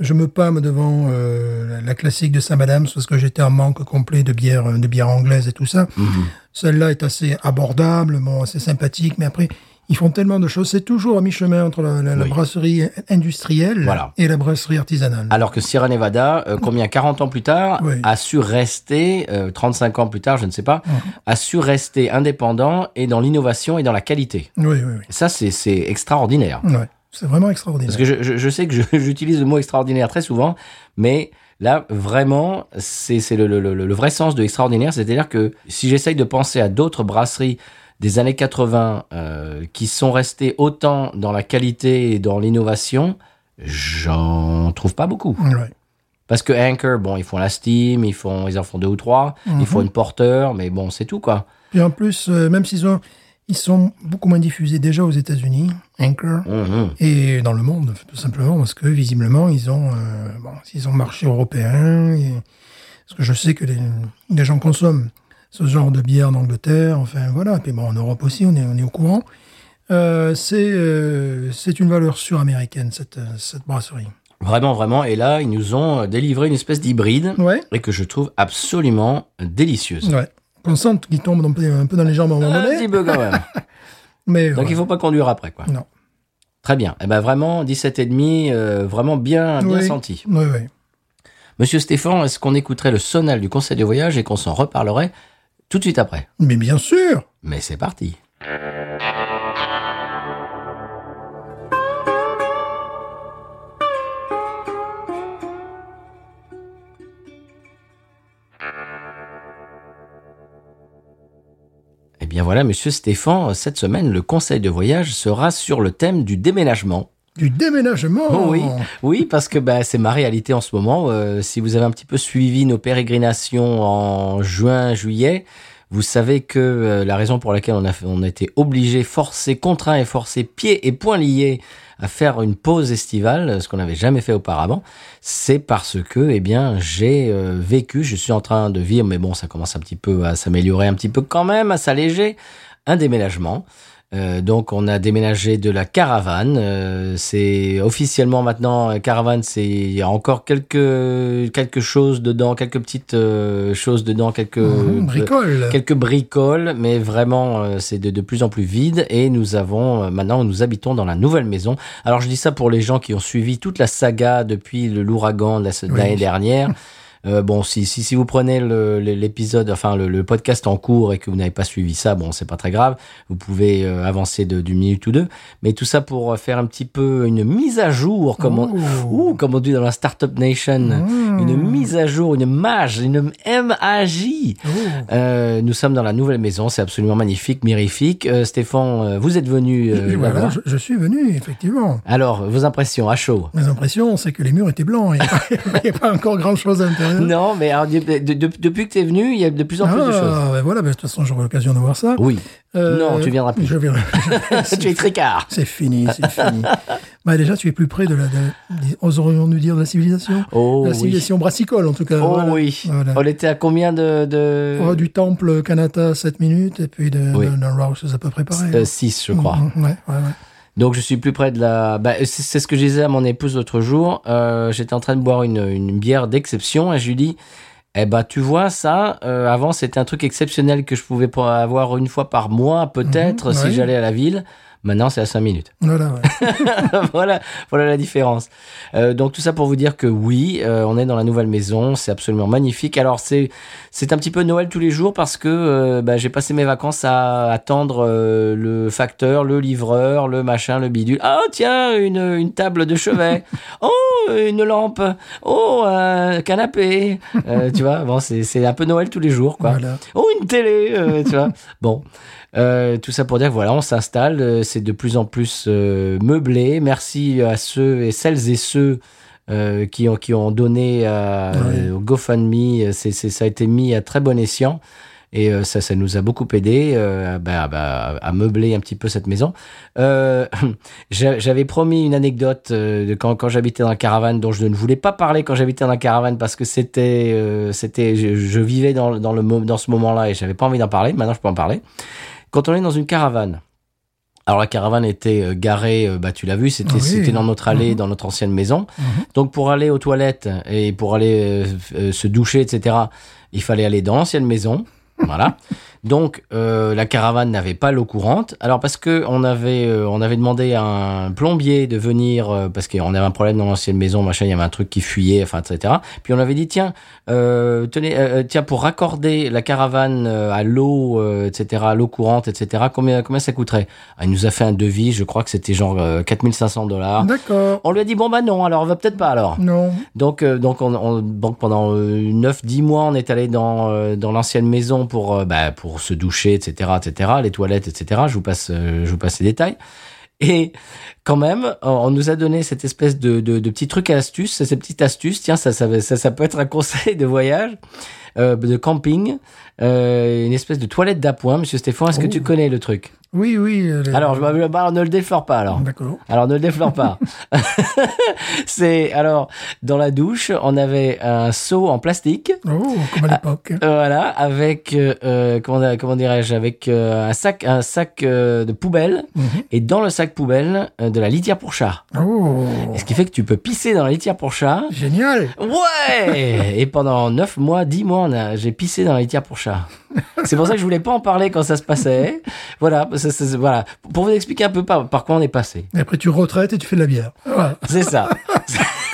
je me pâme devant euh, la- la classique de Saint-Madame parce que j'étais en manque complet de bière, euh, de bière anglaise et tout ça. Mhm. Celle-là est assez abordable, bon, assez sympathique, mais après, ils font tellement de choses. C'est toujours à mi-chemin entre la, la- la Oui. brasserie industrielle Voilà. et la brasserie artisanale. Alors que Sierra Nevada, euh, combien 40 ans plus tard, Mm. Oui. Mm. a su rester, euh, 35 ans plus tard, je ne sais pas, a su rester indépendant et dans l'innovation et dans la qualité. Oui, oui, oui. Ça, c'est c'est extraordinaire. Ouais. C'est vraiment extraordinaire. Parce que je, je- je sais que je- j'utilise le mot extraordinaire très souvent, mais là, vraiment, c'est c'est le, le- le- le vrai sens de extraordinaire. C'est-à-dire que si j'essaye de penser à d'autres brasseries des années 80 euh, qui sont restées autant dans la qualité et dans l'innovation, j'en trouve pas beaucoup. Ouais. Parce que Anchor, bon, ils font la Steam, ils, font, ils en font deux ou trois, Mhm. ils font une porteur, mais bon, c'est tout, quoi. Et en plus, euh, même s'ils ont, ils sont beaucoup moins diffusés déjà aux États-Unis, Anchor, Mhm. et dans le monde, tout simplement, parce que visiblement, ils ont, euh, bon, ils ont le marché européen, et- parce que je sais que les, les gens consomment ce genre de bière en Angleterre, enfin voilà, et puis bon, en Europe aussi, on est, on est au courant. Euh, c'est euh, c'est une valeur suraméricaine, cette, euh, cette brasserie. Vraiment, vraiment. Et là, ils nous ont délivré une espèce d'hybride Ouais, et que je trouve absolument délicieuse. ouais. On sent qu'ils tombent dans- un peu dans les jambes à un moment Un petit donné, peu quand même. mais Ah, Donc il voilà. faut pas conduire après quoi. Non. Très bien. Eh ben vraiment 17 et demi euh, vraiment bien bien Oui. senti. Ouais, ouais. Monsieur Stéphane, est-ce qu'on écouterait le sonal du conseil de voyage et qu'on s'en reparlerait tout de suite après Mais bien sûr Mais c'est parti. Eh bien voilà, monsieur Stéphane, cette semaine, le conseil de voyage sera sur le thème du déménagement. Du déménagement Oh oui, oui, parce que bah, c'est ma réalité en ce moment. Euh, si vous avez un petit peu suivi nos pérégrinations en juin, juillet, Vous savez que euh, la raison pour laquelle on a, fait- on a été obligé, forcé, contraint et forcé, pieds et poings liés à faire une pause estivale, euh, ce qu'on n'avait jamais fait auparavant, c'est parce que, eh bien, j'ai euh, vécu, je suis en train de vivre, mais bon, ça commence un petit peu à s'améliorer, un petit peu quand même, à s'alléger, un déménagement. Euh, donc on a déménagé de la caravane. Euh, c'est officiellement maintenant euh, caravane, c'est il y a encore quelques quelque chose dedans, quelques petites euh, choses dedans, quelques euh, Mhm, bricole. quelques bricoles, mais vraiment euh, c'est de, de plus en plus vide. Et nous avons euh, maintenant nous habitons dans la nouvelle maison. Alors je dis ça pour les gens qui ont suivi toute la saga depuis le l'ouragan de la- de Oui. l'année dernière. Euh, bon, si, si, si vous prenez le- le- l'épisode, enfin le, le podcast en cours et que vous n'avez pas suivi ça, bon, c'est pas très grave. Vous pouvez euh, avancer de- d'une minute ou deux. Mais tout ça pour euh, faire un petit peu une mise à jour, comme, on, Oh. ouh, comme on dit dans la Startup Nation. Mmh. Une mise à jour, une mage, une MAJ. Oh. Euh, nous sommes dans la nouvelle maison, c'est absolument magnifique, mirifique. Euh, Stéphane, euh, vous êtes venu. euh, Et voilà, la voir. je, je suis venu, effectivement. Alors, vos impressions à chaud Mes impressions, c'est que les murs étaient blancs. Il n'y avait pas encore grand-chose à l'intérieur. Non, mais alors, de- de- de- depuis que tu es venu, il y a de plus en plus de choses. Hein Ah, ben voilà, ben, de toute façon, j'aurai l'occasion de voir ça. Oui. Euh, Non, tu viendras plus. Je viendrai. tu es tricard. c'est fini, c'est fini. Bah, déjà, tu es plus près de la, de- oserions-nous dire, de la civilisation Oh, La oui. civilisation brassicole, en tout cas. Oh Voilà. oui. Voilà. On était à combien de. de... Oh, du temple Kanata, 7 minutes, et puis de, Oui. de, de Rouse, c'est à peu près pareil. hein. 6, Euh, je crois. Mhm, Ouais, ouais, ouais. Donc je suis plus près de la. Bah, c'est c'est ce que je disais à mon épouse l'autre jour. Euh, J'étais en train de boire une, une bière d'exception et je lui dis. Eh ben, tu vois, ça, euh, avant, c'était un truc exceptionnel que je pouvais pas avoir une fois par mois, peut-être, Mhm, si ouais. j'allais à la ville. Maintenant, c'est à 5 minutes. Voilà, ouais. voilà, voilà la différence. Euh, donc, tout ça pour vous dire que oui, euh, on est dans la nouvelle maison. C'est absolument magnifique. Alors, c'est, c'est un petit peu Noël tous les jours parce que euh, bah, j'ai passé mes vacances à attendre euh, le facteur, le livreur, le machin, le bidule. Oh tiens, une, une table de chevet. oh, une lampe. Oh, un canapé. Euh, tu vois, bon, c'est, c'est un peu Noël tous les jours, quoi. Voilà. Oh, une télé, euh, tu vois. Bon, Euh, tout ça pour dire que voilà, on s'installe. euh, C'est de plus en plus euh, meublé. Merci à ceux et celles et ceux euh, qui, ont, qui ont donné à, Ouais. au GoFundMe. euh, c'est- c'est- ça a été mis à très bon escient. Et euh, ça, ça nous a beaucoup aidé euh, à- bah, bah, à meubler un petit peu cette maison. Euh, j'a- J'avais promis une anecdote euh, de quand, quand j'habitais dans la caravane dont je ne voulais pas parler quand j'habitais dans la caravane parce que c'était euh, c'était je, je vivais dans, le- dans le mo- dans ce moment-là et j'avais pas envie d'en parler. Maintenant, je peux en parler. Quand on est dans une caravane. Alors la caravane était euh, garée, euh, bah tu l'as vu, c'était Oui. c'était dans notre allée, Mhm. dans notre ancienne maison. Mhm. Donc pour aller aux toilettes et pour aller euh, f- euh, se doucher, etc., il fallait aller dans l'ancienne maison. Voilà. Donc euh, la caravane n'avait pas l'eau courante. Alors parce que on avait euh, on avait demandé à un plombier de venir euh, parce qu'on avait un problème dans l'ancienne maison, machin, il y avait un truc qui fuyait, enfin etc. Puis on avait dit tiens euh, tenez euh, euh, tiens pour raccorder la caravane euh, à l'eau euh, etc. à l'eau courante etc. Combien combien ça coûterait Ah, Il nous a fait un devis, je crois que c'était genre euh, 4500 dollars. D'accord. On lui a dit bon bah non alors on va peut-être pas alors. Non. Donc, euh, donc, on, on- donc pendant 9-10 mois, on est allé dans, euh, dans l'ancienne maison pour, euh, bah, pour se doucher, etc., etc., les toilettes, etc. Je vous passe, euh, je vous passe les détails. Et quand même, on- on nous a donné cette espèce de, de, de petit truc à astuce, cette petite astuce, tiens, ça, ça, ça, ça peut être un conseil de voyage, euh, de camping, euh, une espèce de toilette d'appoint. Monsieur Stéphane, est-ce que Oh. tu connais le truc Oui, oui. euh, les- Alors, je, alors, ne le déflore pas alors. D'accord. Alors ne le déflore pas. c'est alors dans la douche, on avait un seau en plastique. Oh, comme à l'époque. euh, Voilà, avec euh, euh, comment, comment dirais-je, avec euh, un sac, un sac euh, de poubelle, Mhm. et dans le sac poubelle euh, de la litière pour chat. Oh, Et ce qui fait que tu peux pisser dans la litière pour chat. génial. Ouais Et pendant 9 mois, 10 mois, on a- j'ai pissé dans la litière pour chat. C'est pour ça que je voulais pas en parler quand ça se passait. Voilà, ça- ça- ça- voilà. pour vous expliquer un peu par, par quoi on est passé. Et après, tu retraites et tu fais de la bière. Voilà. C'est ça.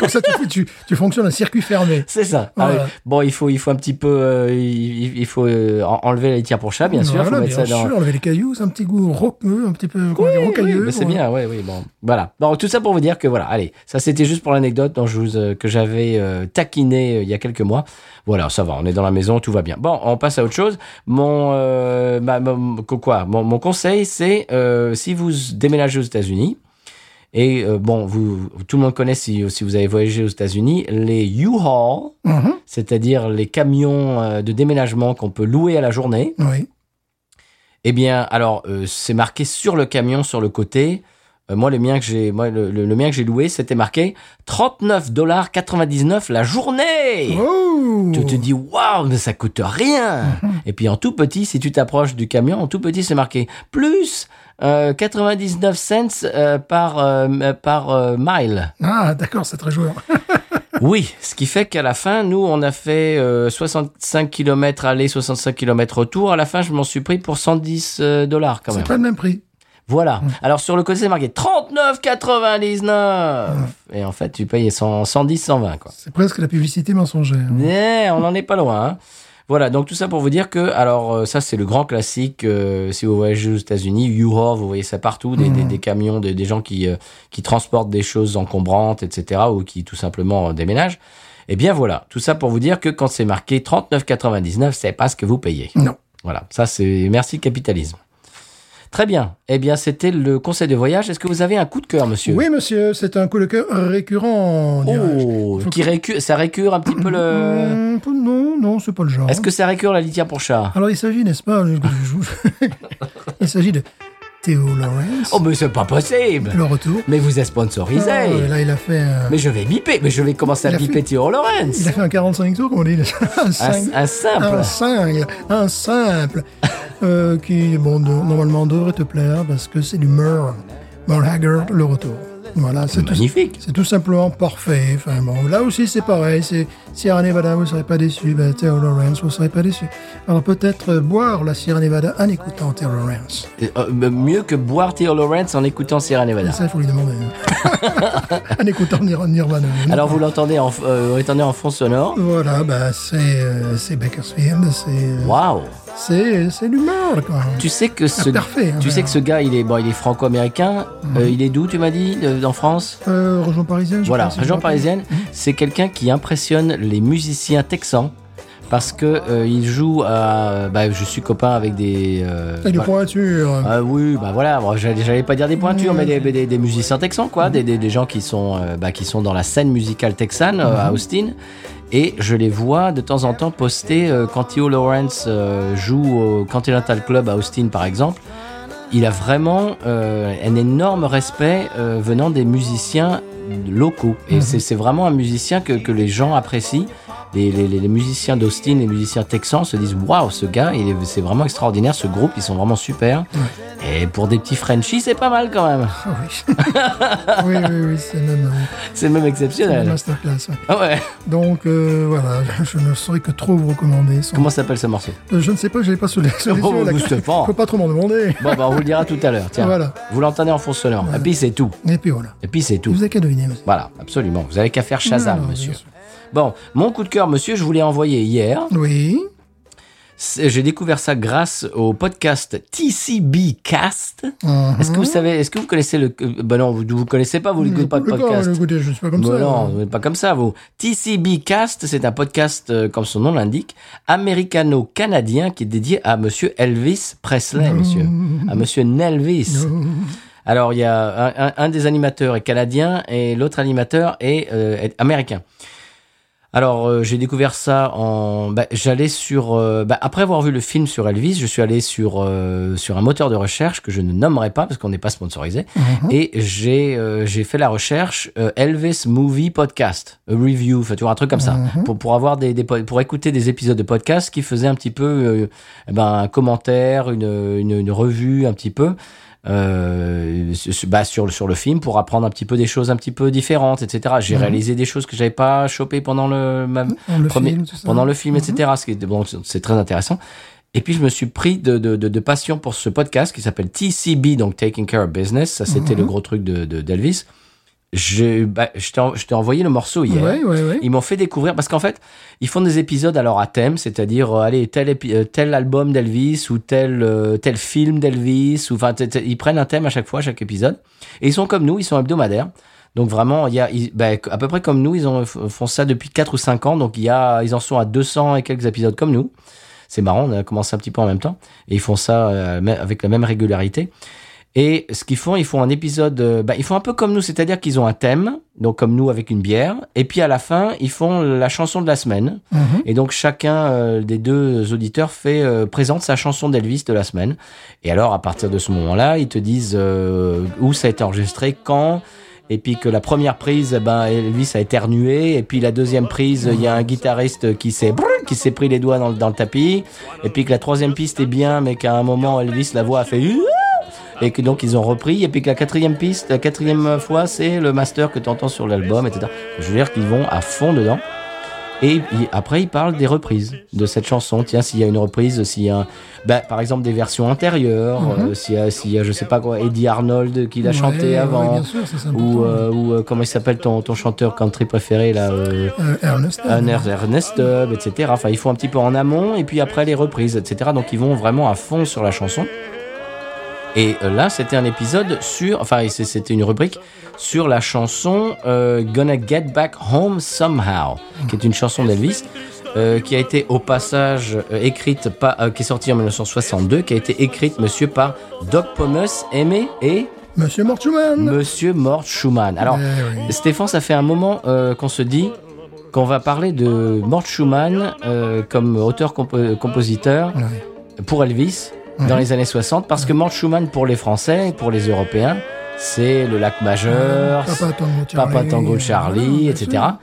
Comme ça, tu, tu, tu fonctionnes un circuit fermé. C'est ça. Ah Voilà. oui. Bon, il faut, il faut un petit peu, euh, il, il faut euh, en- enlever les tirs pour chat, bien sûr. Voilà, faut mettre bien ça dans. sûr, enlever les cailloux, c'est un petit goût roqueux, un petit peu comment dire, Oui, rocailleux. mais c'est voilà. bien, oui, oui, bon, voilà. Bon, tout ça pour vous dire que voilà, allez, ça c'était juste pour l'anecdote dont je vous, euh, que j'avais euh, taquiné euh, il y a quelques mois. Voilà, ça va, on est dans la maison, tout va bien. Bon, on passe à autre chose. Mon, euh, ma- ma- mon- quoi, mon, mon conseil, c'est euh, si vous déménagez aux États-Unis, Et euh, bon, vous, tout le monde connaît, si, si vous avez voyagé aux États-Unis, les U-Haul, Mhm. c'est-à-dire les camions euh, de déménagement qu'on peut louer à la journée. Oui. Eh bien, alors, euh, c'est marqué sur le camion, sur le côté. Euh, moi, le mien que j'ai, moi, le, le- le mien que j'ai loué, c'était marqué 39,99$ la journée. Oh Tu te dis, waouh, mais ça coûte rien. Et puis en tout petit, si tu t'approches du camion, en tout petit, c'est marqué plus euh, 99 cents euh, par, euh, euh, par euh, mile. Ah, d'accord, c'est très joueur. Oui, ce qui fait qu'à la fin, nous, on a fait euh, 65 km aller, 65 km retour. À la fin, je m'en suis pris pour 110 euh, dollars quand même. C'est pas le même prix. Voilà. Alors sur le côté, c'est marqué 39,99. Et en fait, tu payes 100, 110, 120 quoi. C'est presque la publicité mensongère. Eh, on n'en est pas loin. hein. Voilà, donc tout ça pour vous dire que, alors euh, ça c'est le grand classique, euh, si vous voyagez aux États-Unis, U-Haul, vous voyez ça partout, des, des- des camions, des, des gens qui, euh, qui transportent des choses encombrantes, etc., ou qui tout simplement euh, déménagent. Eh bien voilà, tout ça pour vous dire que quand c'est marqué 39,99, c'est pas ce que vous payez. Non. Voilà, ça c'est merci capitalisme. Très bien, eh bien c'était le conseil de voyage. Est-ce que vous avez un coup de cœur, monsieur Oui, monsieur, c'est un coup de cœur récurrent, dirais-je. Oh, qui récu- ça récure un petit peu le... Hum, non, non, c'est pas le genre. Est-ce que ça récure la litière pour chat Alors, il s'agit, n'est-ce pas je- je- je- Il s'agit de Théo Lawrence. Oh mais c'est pas possible Le retour. Mais vous êtes sponsorisé Ah, ouais, là, il a fait un, Mais je vais biper, mais je vais commencer Il à a biper fait- Théo Lawrence il a fait un 45 tours, comme on dit. Un un, cinq- Ah. un simple Un single, un simple, euh, qui, bon, de- normalement devrait te plaire parce que c'est du Merle, Merle Haggard, le retour. Voilà, c'est tout, Magnifique c'est tout simplement parfait. Enfin bon, là aussi c'est pareil. C'est Sierra Nevada, vous serez pas déçu. Ben, Terry Lawrence, vous serez pas déçu. Alors peut-être euh, boire la Sierra Nevada en écoutant Terry Lawrence. Euh, euh, Mieux que boire Théo Lawrence en écoutant Sierra Nevada. Ça, il faut lui demander. en écoutant Nir- Nirvana. Alors vous l'entendez en, euh, vous l'entendez en fond sonore Voilà, bah c'est euh, c'est Bakersfield, c'est euh, Waouh c'est c'est du Merle quoi. Tu sais que ce... parfait, hein, tu sais que ce gars, il est, bon, il est franco-américain, euh, il est d'où, tu m'as dit, de- en France Euh, région parisienne. je Voilà, pense, si je région me rappelle. parisienne, c'est quelqu'un qui impressionne les musiciens texans parce que euh, il joue à. Bah, je suis copain avec des. euh, Et des bah, pointures. ah oui, bah voilà, moi, j'allais j'allais pas dire des pointures, mais des, des- des musiciens texans, quoi, des, des- des gens qui sont, euh, bah, qui sont dans la scène musicale texane euh, à Austin. Et je les vois de temps en temps poster euh, quand Theo Lawrence euh, joue au Continental Club à Austin, par exemple. Il a vraiment euh, un énorme respect euh, venant des musiciens locaux. Et c'est- c'est vraiment un musicien que, que les gens apprécient. Les, les- les- les musiciens d'Austin, les musiciens texans se disent Waouh, ce gars, il est- c'est vraiment extraordinaire, ce groupe, ils sont vraiment super. Et pour des petits Frenchies, c'est pas mal quand même. Ah oui. Ah oui, oui, oui, c'est même, euh, C'est même c'est même exceptionnel. masterclass. ouais. Ah ouais. Donc euh, voilà, je ne saurais que trop vous recommander. son- Comment s'appelle ce morceau Euh, Je ne sais pas, je l'ai pas sous les, sous les Oh, yeux. là. vous savez pas. Faut pas trop m'en demander. Bon, bah, on vous le dira tout à l'heure. Tiens, Voilà. vous l'entendez en fond sonore. Et puis c'est tout. Et puis voilà. Et puis c'est tout. Vous avez qu'à deviner, monsieur. Voilà, absolument. Vous avez qu'à faire Shazam, Non, non, monsieur. bien sûr. Bon, mon coup de cœur, monsieur, je vous l'ai envoyé hier. Oui. C'est- J'ai découvert ça grâce au podcast TCB Cast. Mhm. Est-ce que vous savez, est-ce que vous connaissez le. euh, Ben non, vous ne connaissez pas, vous Je n'écoutez pas de peux podcast. le goûter, je suis pas comme Bon, ça. non, vous n'êtes pas comme ça, vous. TCB Cast, c'est un podcast, euh, comme son nom l'indique, américano-canadien qui est dédié à monsieur Elvis Presley, monsieur. À monsieur Nelvis. Alors, il y a un, un- un des animateurs est canadien et l'autre animateur est, euh, est américain. Alors, euh, j'ai découvert ça en. bah, J'allais sur. euh, bah, après avoir vu le film sur Elvis, je suis allé sur, euh, sur un moteur de recherche que je ne nommerai pas parce qu'on n'est pas sponsorisé. Uh-huh. Et j'ai euh, j'ai fait la recherche euh, Elvis Movie Podcast, a review, enfin, tu vois, un truc comme Mhm. ça. Uh-huh. pour, pour, avoir des, des po- pour écouter des épisodes de podcast qui faisaient un petit peu euh, eh ben, un commentaire, une, une, une revue, un petit peu. euh, su- su- bah, sur, le- sur le film pour apprendre un petit peu des choses un petit peu différentes, etc. J'ai réalisé des choses que j'avais pas chopées pendant le, ma- Dans le premier- film, tout ça. pendant le film, etc. Ce qui est, bon, c'est très intéressant. Et puis je me suis pris de, de, de, de passion pour ce podcast qui s'appelle TCB, donc Taking Care of Business. Ça, c'était Mhm. le gros truc de de- d'Elvis. je bah, je t'ai en- je t'ai envoyé le morceau hier. Ouais, ouais, ouais. Ils m'ont fait découvrir parce qu'en fait, ils font des épisodes alors à thème, c'est-à-dire euh, allez tel épi- euh, tel album d'Elvis ou tel euh, tel film d'Elvis ou enfin t- t- ils prennent un thème à chaque fois, à chaque épisode. Et ils sont comme nous, ils sont hebdomadaires. Donc vraiment, il y a ils- bah, à peu près comme nous, ils ont, f- font ça depuis 4 ou 5 ans. Donc il y a ils en sont à 200 et quelques épisodes comme nous. C'est marrant, on a commencé un petit peu en même temps et ils font ça euh, ma- avec la même régularité. Et ce qu'ils font, ils font un épisode, euh, bah, ils font un peu comme nous, c'est-à-dire qu'ils ont un thème, donc comme nous avec une bière, et puis à la fin, ils font la chanson de la semaine. Mhm. Et donc chacun euh, des deux auditeurs fait euh, présente sa chanson d'Elvis de la semaine. Et alors à partir de ce moment-là, ils te disent euh, où ça a été enregistré, quand. Et puis que la première prise, eh ben Elvis a éternué. Et puis la deuxième prise, il y a un guitariste qui s'est brrr, qui s'est pris les doigts dans, le- dans le tapis. Et puis que la troisième piste est bien, mais qu'à un moment Elvis la voix a fait Huah et que donc ils ont repris. Et puis que la quatrième piste, la quatrième fois, c'est le master que tu entends sur l'album, etc. Je veux dire qu'ils vont à fond dedans. Et il- après, ils parlent des reprises de cette chanson. Tiens, s'il y a une reprise, s'il y a, un- bah, par exemple, des versions intérieures, Mhm. euh, s'il y a, s'il y a, je sais pas quoi, Eddie Arnold qui l'a Ouais, chanté ouais, avant, bien sûr, ça, c'est ou, important. euh, ou euh, comment il s'appelle ton, ton chanteur country préféré là, euh, Euh, Ernest. un air- Ernest Tubb, etc. Enfin, ils font un petit peu en amont et puis après les reprises, etc. Donc ils vont vraiment à fond sur la chanson. Et euh, là, c'était un épisode sur, enfin, c'est- c'était une rubrique sur la chanson euh, Gonna Get Back Home Somehow, qui est une chanson d'Elvis. euh, qui a été au passage euh, écrite, pas, euh, qui est sortie en 1962, qui a été écrite, monsieur, par Doc Pomus, Aimé et Monsieur Mortuman. monsieur Mort Schumann. Mm, Alors, Eh oui. Stéphane, ça fait un moment euh, qu'on se dit qu'on va parler de Mort Schumann euh, comme auteur-compositeur Ouais. pour Elvis dans Ouais. les années 60, parce que Mort Schumann, pour les Français, pour les Européens, c'est le lac majeur, Ah, Papa Tango c'est Papa Charlie. Tango Charlie, Voilà, bien etc. sûr.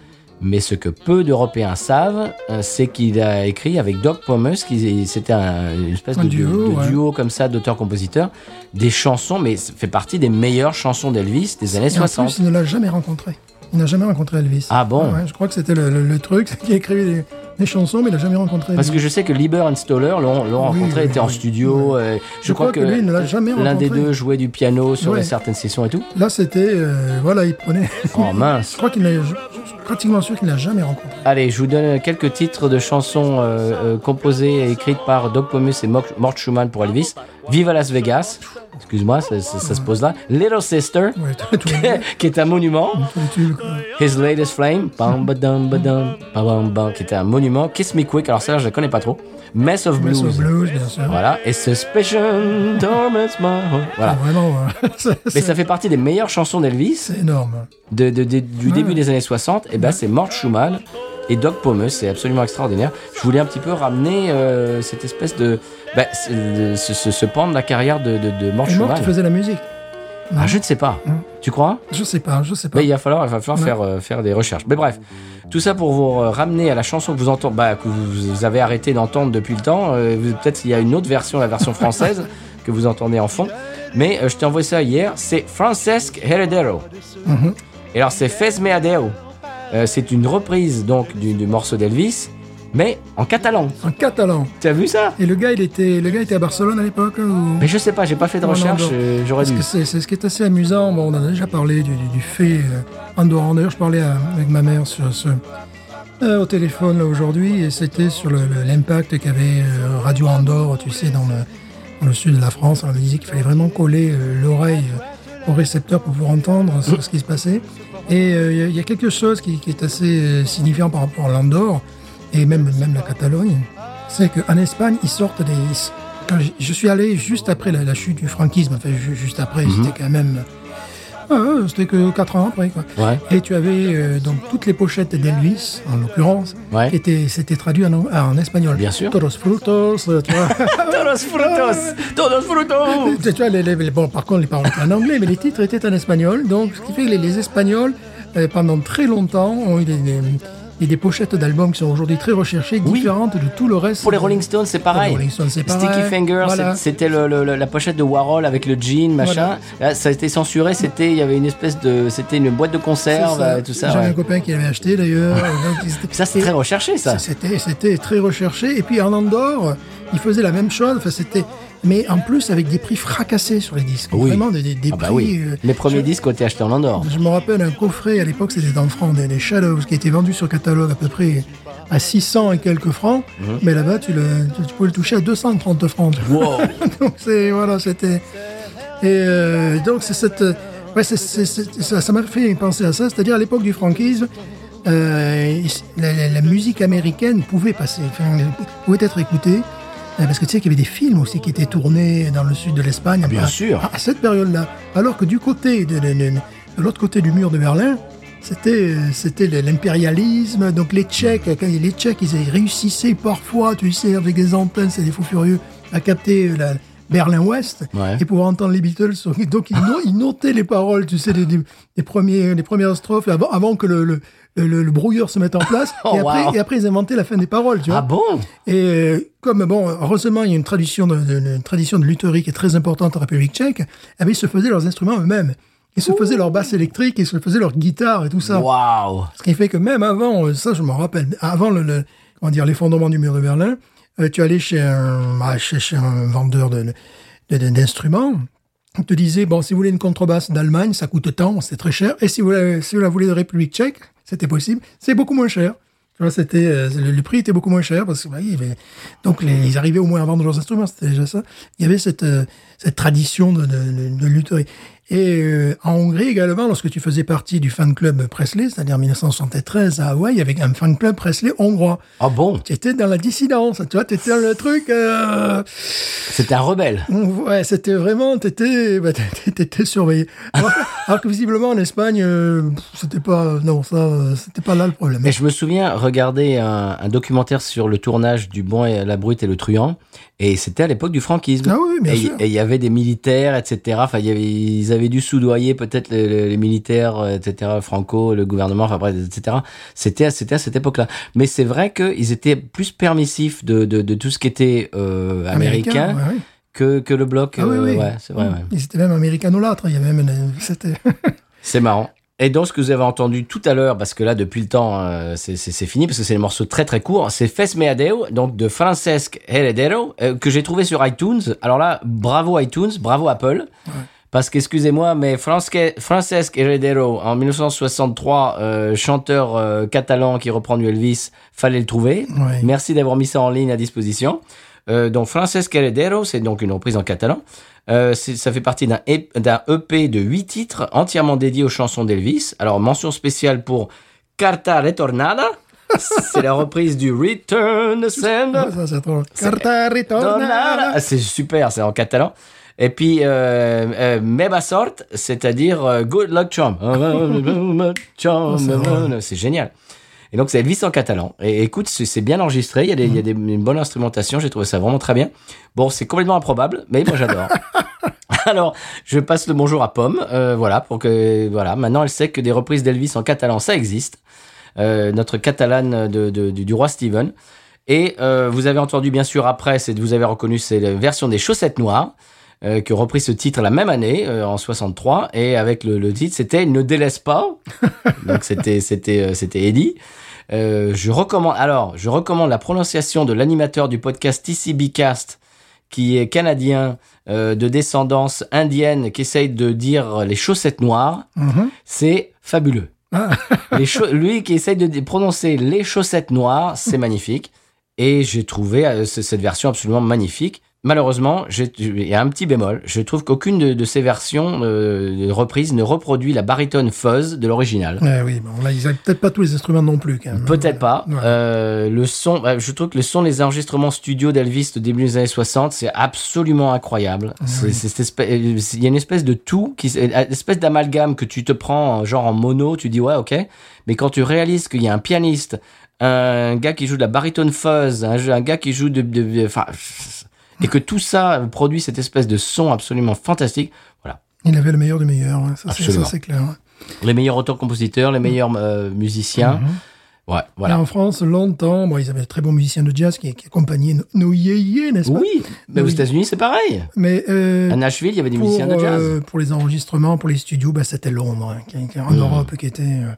Mais ce que peu d'Européens savent, euh, c'est qu'il a écrit avec Doc Pomus, qui c'était un- une espèce Un de, de- duo, de ouais. duo comme ça d'auteurs-compositeurs, des chansons, mais ça fait partie des meilleures chansons d'Elvis des années Et en plus, 60. il ne l'a jamais rencontré. Il n'a jamais rencontré Elvis. Ah bon Ouais, Je crois que c'était le, le- le truc, c'est qu'il écrivait des, des chansons, mais il n'a jamais rencontré Parce que Elvis. je sais que Lieber and Stoller l'ont l'ont Oui, rencontré, oui, était en oui. studio. euh, je, crois, que, lui, il ne l'a jamais l'un des rencontré. deux jouait du piano sur Ouais. certaines sessions et tout. Là, c'était. euh, voilà, il prenait. Oh je mince. crois qu'il l'a. Je, je suis pratiquement sûr qu'il ne l'a jamais rencontré. Allez, je vous donne quelques titres de chansons euh, euh, composées et écrites par Doc Pomus et Mo- Mort Schumann pour Elvis. Vive à Las Vegas. Excuse-moi, ça, ça- ça se pose là. Little Sister, Ouais, tout, tout, tout qui est un monument. les tubes, quoi. His Latest Flame, bam badam badam, bam bam bam, qui était un monument. Kiss Me Quick, alors ça, je la connais pas trop. Mess of Blues. Blues. blues, bien sûr. Voilà, et Suspicion torments my heart. Voilà. Vraiment, euh, c'est- Mais c'est ça fait partie des meilleures chansons d'Elvis c'est énorme. de, de- de- du Ouais. début des années 60. Et ben c'est Mort Schumann et Doc Pomus, c'est absolument extraordinaire. Je voulais un petit peu ramener euh, cette espèce de, bah, c'est- de- ce, ce- ce pan de la carrière de, de, de Mort Et moi qui Schumann. faisais la musique. Ah, je ne sais pas. Hum. Tu crois Je sais pas, je sais pas. mais il va falloir, il va falloir Ouais. faire, euh, faire des recherches. Mais bref, tout ça pour vous euh, ramener à la chanson que vous, entend- bah, que vous avez arrêté d'entendre depuis le temps. Euh, vous- Peut-être s'il y a une autre version, la version française, que vous entendez en fond. Mais euh, je t'ai envoyé ça hier. C'est Francesc Heredero. Mhm. Et alors c'est Fez Meadeo. Euh, c'est une reprise donc du, du morceau d'Elvis, mais en catalan. En catalan. T'as vu ça Et le gars, il était, le gars était à Barcelone à l'époque hein, ou... Mais je sais pas, j'ai pas fait de Non, non, recherche. non. euh, J'aurais Parce dû. que c'est c'est ce qui est assez amusant. Bon, on en a déjà parlé du, du, du fait euh, Andorre en dehors. Je parlais à- avec ma mère sur ce, euh, au téléphone là aujourd'hui et c'était sur le- le- l'impact qu'avait euh, Radio Andorre, tu sais, dans le, dans le sud de la France. On disait qu'il fallait vraiment coller euh, l'oreille euh, au récepteur pour pouvoir entendre ce, ce qui se passait. Et euh, il y, a- il y a quelque chose qui, qui est assez euh, signifiant par rapport à l'Andorre et même, même la Catalogne, c'est qu'en Espagne, ils sortent des. ils- quand j- je suis allé juste après la, la chute du franquisme, enfin ju- juste après, Mhm. c'était quand même. euh, c'était que 4 ans après, quoi. Ouais. Et tu avais euh, donc toutes les pochettes d'Elvis, en l'occurrence, Ouais. qui étaient, c'était traduit en, en espagnol. Bien sûr. Todos frutos, euh, tu vois. Todos frutos, todos frutos. Tu vois, les- les- les- bon, par contre, les paroles étaient en anglais, mais les titres étaient en espagnol. Donc, ce qui fait que les, les Espagnols, euh, pendant très longtemps, ont eu des, des, des- des pochettes d'albums qui sont aujourd'hui très recherchées, Oui. différentes de tout le reste. Pour les Rolling Stones, c'est pareil. Pour les Rolling Stones, c'est Sticky pareil. Fingers, Voilà. c'est- c'était le- le- le- la pochette de Warhol avec le jean, machin. Là, ça a été censuré. C'était, il y avait une espèce de, c'était une boîte de conserve, euh, tout ça. J'avais ouais. un copain qui l'avait acheté d'ailleurs. Donc, c'était- Ça, c'est très recherché, ça. C'était, c'était très recherché. Et puis en Andorre, ils faisaient la même chose. Enfin, c'était, mais en plus avec des prix fracassés sur les disques. Oui. Vraiment des, des- des Ah bah prix. oui. euh, Les premiers je- disques ont été achetés en Andorre. Je me rappelle un coffret à l'époque, c'était dans le franc, des, des Shadows qui étaient vendus sur catalogue à peu près à 600 et quelques francs. Mhm. Mais là-bas, tu, le, tu, tu pouvais le toucher à 230 francs. Wow. donc c'est voilà, c'était et euh, donc c'est cette ouais, c'est- c'est- c'est- ça ça m'a fait penser à ça, c'est-à-dire à l'époque du franquisme. euh, la, la- la musique américaine pouvait passer, enfin, pouvait être écoutée. Euh, Parce que tu sais qu'il y avait des films aussi qui étaient tournés dans le sud de l'Espagne. Ah, Ah, Bien à, sûr. À, à cette période-là. Alors que du côté de, de- de- de l'autre côté du mur de Berlin, c'était euh, c'était le- l'impérialisme. Donc les Tchèques, quand les Tchèques, ils réussissaient parfois, tu sais, avec des antennes, c'est des fous furieux, à capter euh, la Berlin-Ouest Ouais. et pouvoir entendre les Beatles. Donc ils, no- ils notaient les paroles, tu sais, des, des- des premiers, des premières strophes avant, avant que le, le, le- le brouilleur se mette en place. Oh, et, après, wow. et après, ils inventaient la fin des paroles, tu vois. Ah bon Et euh, comme, bon, heureusement, il y a une tradition de, de- une tradition de lutherie qui est très importante en République tchèque, eh bien, ils se faisaient leurs instruments eux-mêmes. Ils se faisaient leur basse électrique, ils se faisaient leur guitare et tout ça. Waouh Ce qui fait que même avant, euh, ça je m'en rappelle, avant le, le- comment dire l'effondrement du mur de Berlin, euh, tu allais chez un, ah, chez, chez un vendeur de, de- de- d'instruments. On te disait, bon, si vous voulez une contrebasse d'Allemagne, ça coûte tant, c'est très cher. Et si vous, la, si vous la voulez de République tchèque, c'était possible, c'est beaucoup moins cher. Tu vois, c'était, euh, le, le prix était beaucoup moins cher parce que, bah, il y avait- donc les- ils arrivaient au moins à vendre leurs instruments, c'était déjà ça. Il y avait cette, euh, cette tradition de, de, de, de lutherie. Et euh, en Hongrie également, lorsque tu faisais partie du fan club Presley, c'est-à-dire 1973 à Hawaï, avec un fan club Presley hongrois, Ah bon tu étais dans la dissidence, tu vois, tu étais dans le truc... euh, C'est un rebelle. Ouais, c'était vraiment, t'étais, bah, t'étais- t'étais surveillé. Alors, alors que visiblement en Espagne, euh, pff, c'était pas, non, ça, euh, c'était pas là le problème. Mais je me souviens regarder un, un documentaire sur le tournage du Bon et la Brute et le Truand, et c'était à l'époque du franquisme. Ah oui, bien et sûr. et il y avait des militaires, etc. Enfin, il y avait, ils avaient dû soudoyer peut-être les, les- les militaires, euh, etc. Franco, le gouvernement, enfin bref, etc. C'était, à- c'était à cette époque-là. Mais c'est vrai qu'ils étaient plus permissifs de, de, de tout ce qui était euh, américain, ouais, ouais. que, que le bloc. Ah oui, euh, oui. Ouais, c'est vrai. ouais. Ils étaient même américanolâtres. Il y avait même, une- c'était. C'est marrant. Et donc, ce que vous avez entendu tout à l'heure, parce que là, depuis le temps, euh, c'est- c'est c'est fini, parce que c'est des morceaux très très courts, c'est Fes Meadeo, donc de Francesc Heredero, euh, que j'ai trouvé sur iTunes. Alors là, bravo iTunes, bravo Apple. Parce qu'excusez-moi, mais Fransque- Francesc Heredero, en 1963, euh, chanteur euh, catalan qui reprend du Elvis, fallait le trouver. Ouais. Merci d'avoir mis ça en ligne à disposition. Euh, donc Francesc Heredero, c'est donc une reprise en catalan. Euh, c'est- ça fait partie d'un ép- d'un EP de 8 titres entièrement dédié aux chansons d'Elvis. Alors mention spéciale pour Carta Retornada. c'est la reprise du Return the Sender. Ouais, ça, c'est trop- Carta retornada. Ah, C'est super, c'est en catalan. Et puis, euh, euh, Meva Sort, c'est-à-dire euh, Good Luck Charm. Charm. c'est génial. Et donc, c'est Elvis en catalan. Et écoute, c'est c'est bien enregistré. Il y a, des, il y a des- une bonne instrumentation. J'ai trouvé ça vraiment très bien. Bon, c'est complètement improbable, mais moi, j'adore. Alors, je passe le bonjour à Pomme. euh, voilà, pour que. Voilà, maintenant, elle sait que des reprises d'Elvis en catalan, ça existe. Euh, notre catalane de- de- du, du roi Steven. Et euh, vous avez entendu bien sûr après, c'est vous avez reconnu c'est la version des chaussettes noires euh, que reprit ce titre la même année euh, en 63 et avec le, le titre c'était ne délaisse pas. Donc c'était c'était euh, c'était Eddie. Euh, je recommande alors je recommande la prononciation de l'animateur du podcast TCBcast qui est canadien euh, de descendance indienne qui essaye de dire les chaussettes noires. Mhm. C'est fabuleux. Ah. Les chau- lui qui essaye de dé- prononcer les chaussettes noires, c'est magnifique. Et j'ai trouvé euh, c- cette version absolument magnifique. Malheureusement, j'ai- il y a un petit bémol. Je trouve qu'aucune de, de ces versions euh, de reprises ne reproduit la baritone fuzz de l'original. Ouais, Eh oui, bon, là, ils avaient peut-être pas tous les instruments non plus, quand même. Peut-être pas. Ouais. Euh, le son, bah, je trouve que le son des enregistrements studio d'Elvis au début des années 60, c'est absolument incroyable. C'est- c'est cette espèce- euh, c'est- Il y a une espèce de tout, qui, euh, une espèce d'amalgame que tu te prends euh, genre en mono, tu dis ouais ok, mais quand tu réalises qu'il y a un pianiste, un gars qui joue de la baritone fuzz, un, jeu- un gars qui joue de, de- de- enfin, et que tout ça produit cette espèce de son absolument fantastique. Voilà. Il avait le meilleur du meilleur. hein. Ça, c'est- ça, Absolument. c'est clair. hein. Les meilleurs auteurs-compositeurs, les meilleurs euh, musiciens. Ouais, Là, voilà. en France, longtemps, bon, ils avaient de très bons musiciens de jazz qui, qui accompagnaient nos, nos yéyés, n'est-ce pas Oui, mais aux Oui. États-Unis, c'est pareil. Mais euh, À Nashville, il y avait des pour, musiciens de jazz. euh, pour les enregistrements, pour les studios, bah, c'était Londres, hein, qui, qui- en Mmh. Europe, qui était euh,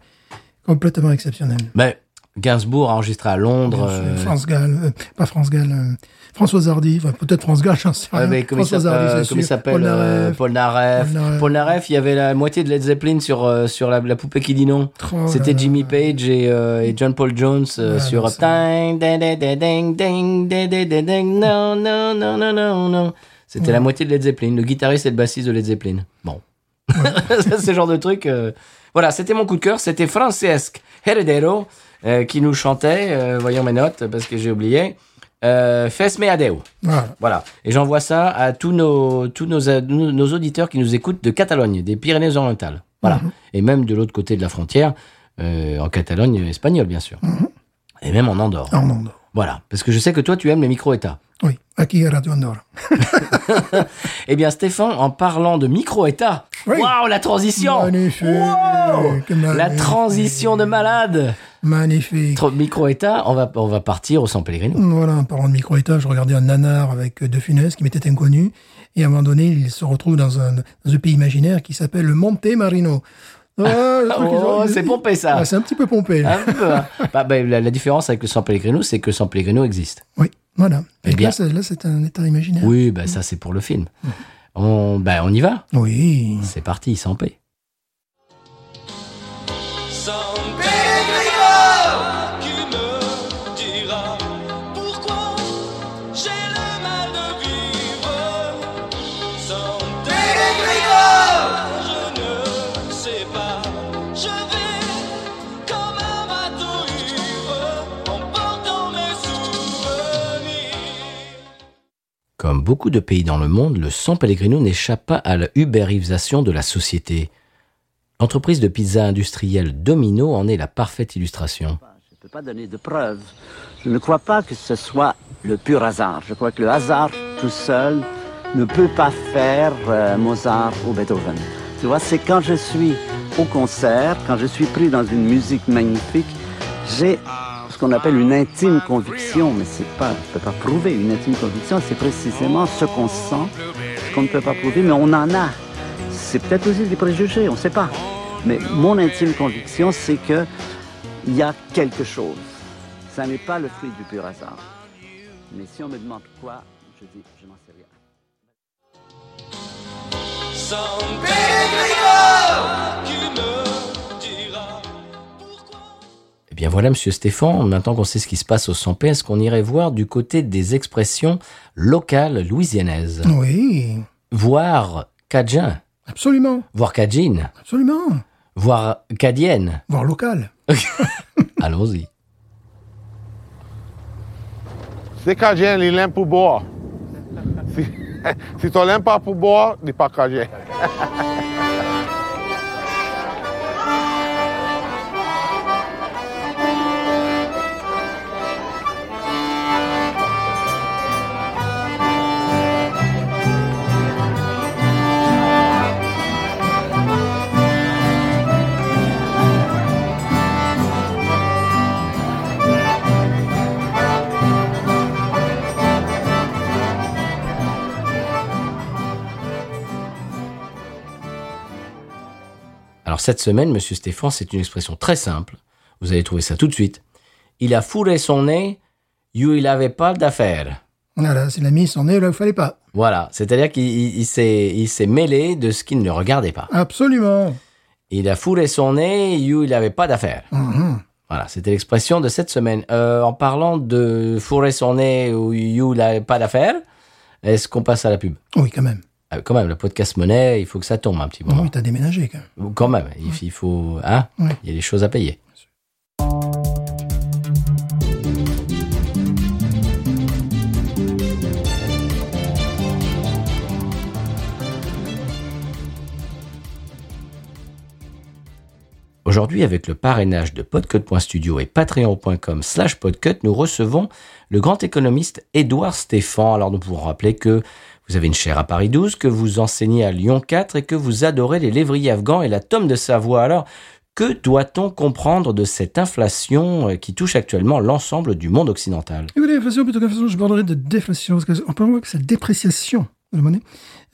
complètement exceptionnel. Mais Bah, Gainsbourg a enregistré à Londres. Bien sûr, euh, France Gall, euh, pas France Gall, euh, Françoise Hardy, enfin, peut-être France Gall, j'en sais ouais, rien. Ah, mais comment il Françoise s'appelle, Hardy, euh, c'est comment il sûr. s'appelle Paul euh, Naref. Paul Naref. Paul Naref. Paul Naref, il y avait la moitié de Led Zeppelin sur, euh, sur la, la poupée qui dit non. Oh là C'était là. Jimmy Page et, euh, et John Paul Jones euh, Ouais, sur non, euh, c'est- Ding, ding, ding, ding, ding, ding, ding, ding, ding, ding, non, non, non, non, non, non. C'était la moitié de Led Zeppelin, le guitariste et le bassiste de Led Zeppelin. Bon. Ça, C'est le genre de truc. euh, Voilà, c'était mon coup de cœur, c'était Francesc Heredero euh, qui nous chantait, euh, voyons mes notes parce que j'ai oublié, euh, Fes Meadeu. Voilà. Voilà. Et j'envoie ça à tous nos, tous nos, nos, nos auditeurs qui nous écoutent de Catalogne, des Pyrénées-Orientales. Voilà. Mhm. Et même de l'autre côté de la frontière, euh, en Catalogne espagnole, bien sûr. Mhm. Et même en Andorre. En Andorre. Voilà. Parce que je sais que toi, tu aimes les micro-États. Oui, aquí à Radio Andorra. Eh bien, Stéphane, en parlant de micro-États, Oui. waouh, la transition Magnifique, Waouh La magnifique. transition de malade Magnifique. Tro- Micro-État, on va, on va partir au San Pellegrino. Voilà, en parlant de micro-état, je regardais un nanar avec euh, De Funès qui m'était inconnu. Et à un moment donné, il se retrouve dans un, dans un pays imaginaire qui s'appelle le Monte Marino. Ah, le truc, ils ont- Oh, c'est pompé ça Ah, c'est un petit peu pompé. là. Un peu, hein. Bah, bah, la, la différence avec le San Pellegrino, c'est que San Pellegrino existe. Oui, voilà. Eh Et bien. là, c'est- là, c'est un état imaginaire. Oui, bah, ça c'est pour le film. On, bah, on y va Oui. C'est parti, sans paix. Sans Pellegrino, qui me dira pourquoi j'ai le mal de vivre. Sans Pellegrino, je ne sais pas. Je vais comme un bateau ivre, emportant mes souvenirs. Comme beaucoup de pays dans le monde, le San Pellegrino n'échappe pas à la ubérisation de la société. L'entreprise de pizza industrielle Domino en est la parfaite illustration. Je ne peux pas donner de preuves. Je ne crois pas que ce soit le pur hasard. Je crois que le hasard tout seul ne peut pas faire euh, Mozart ou Beethoven. Tu vois, c'est quand je suis au concert, quand je suis pris dans une musique magnifique, j'ai ce qu'on appelle une intime conviction, mais c'est pas, je peux pas prouver une intime conviction, c'est précisément ce qu'on sent, ce qu'on ne peut pas prouver, mais on en a. C'est peut-être aussi des préjugés, on ne sait pas. Mais mon intime conviction, c'est que il y a quelque chose. Ça n'est pas le fruit du pur hasard. Mais si on me demande quoi, je dis, je n'en sais rien. Sans Pellegrino, qui me dira pourquoi. Eh bien voilà, monsieur Stéphane, maintenant qu'on sait ce qui se passe au San Pellegrino, est-ce qu'on irait voir du côté des expressions locales louisianaises Oui. Voir Cajun, Absolument. voir Cajine, Absolument. voir Cadienne. Voir local. Allons-y. Se cagé, ele limpa pro boa. Se, se tu limpa pro boa, de pra cagé. Alors cette semaine, monsieur Stéphane, c'est une expression très simple. Vous allez trouver ça tout de suite. Il a fourré son nez où il n'avait pas d'affaires. Voilà, c'est la mise en est là où il fallait pas. Voilà, c'est-à-dire qu'il il- il s'est il s'est mêlé de ce qu'il ne regardait pas. Absolument. Il a fourré son nez où il n'avait pas d'affaires. Mhm. Voilà, c'était l'expression de cette semaine. Euh, en parlant de fourrer son nez où il n'avait pas d'affaires, est-ce qu'on passe à la pub Oui, quand même. Ah, Quand même, le podcast monnaie, il faut que ça tombe un petit moment. Oui, t'as déménagé quand même. Ou Quand même, il, il faut. Hein Ouais. Il y a des choses à payer. Aujourd'hui, avec le parrainage de podcut.studio et patreon.com slash podcut, nous recevons le grand économiste Édouard Stéphane. Alors, nous pouvons rappeler que vous avez une chaire à Paris 12, que vous enseignez à Lyon 4 et que vous adorez les lévriers afghans et la tome de Savoie. Alors, que doit-on comprendre de cette inflation euh, qui touche actuellement l'ensemble du monde occidental Écoutez, l'inflation, plutôt qu'inflation, je parlerai de déflation, parce qu'on peut voir que c'est la dépréciation de la monnaie.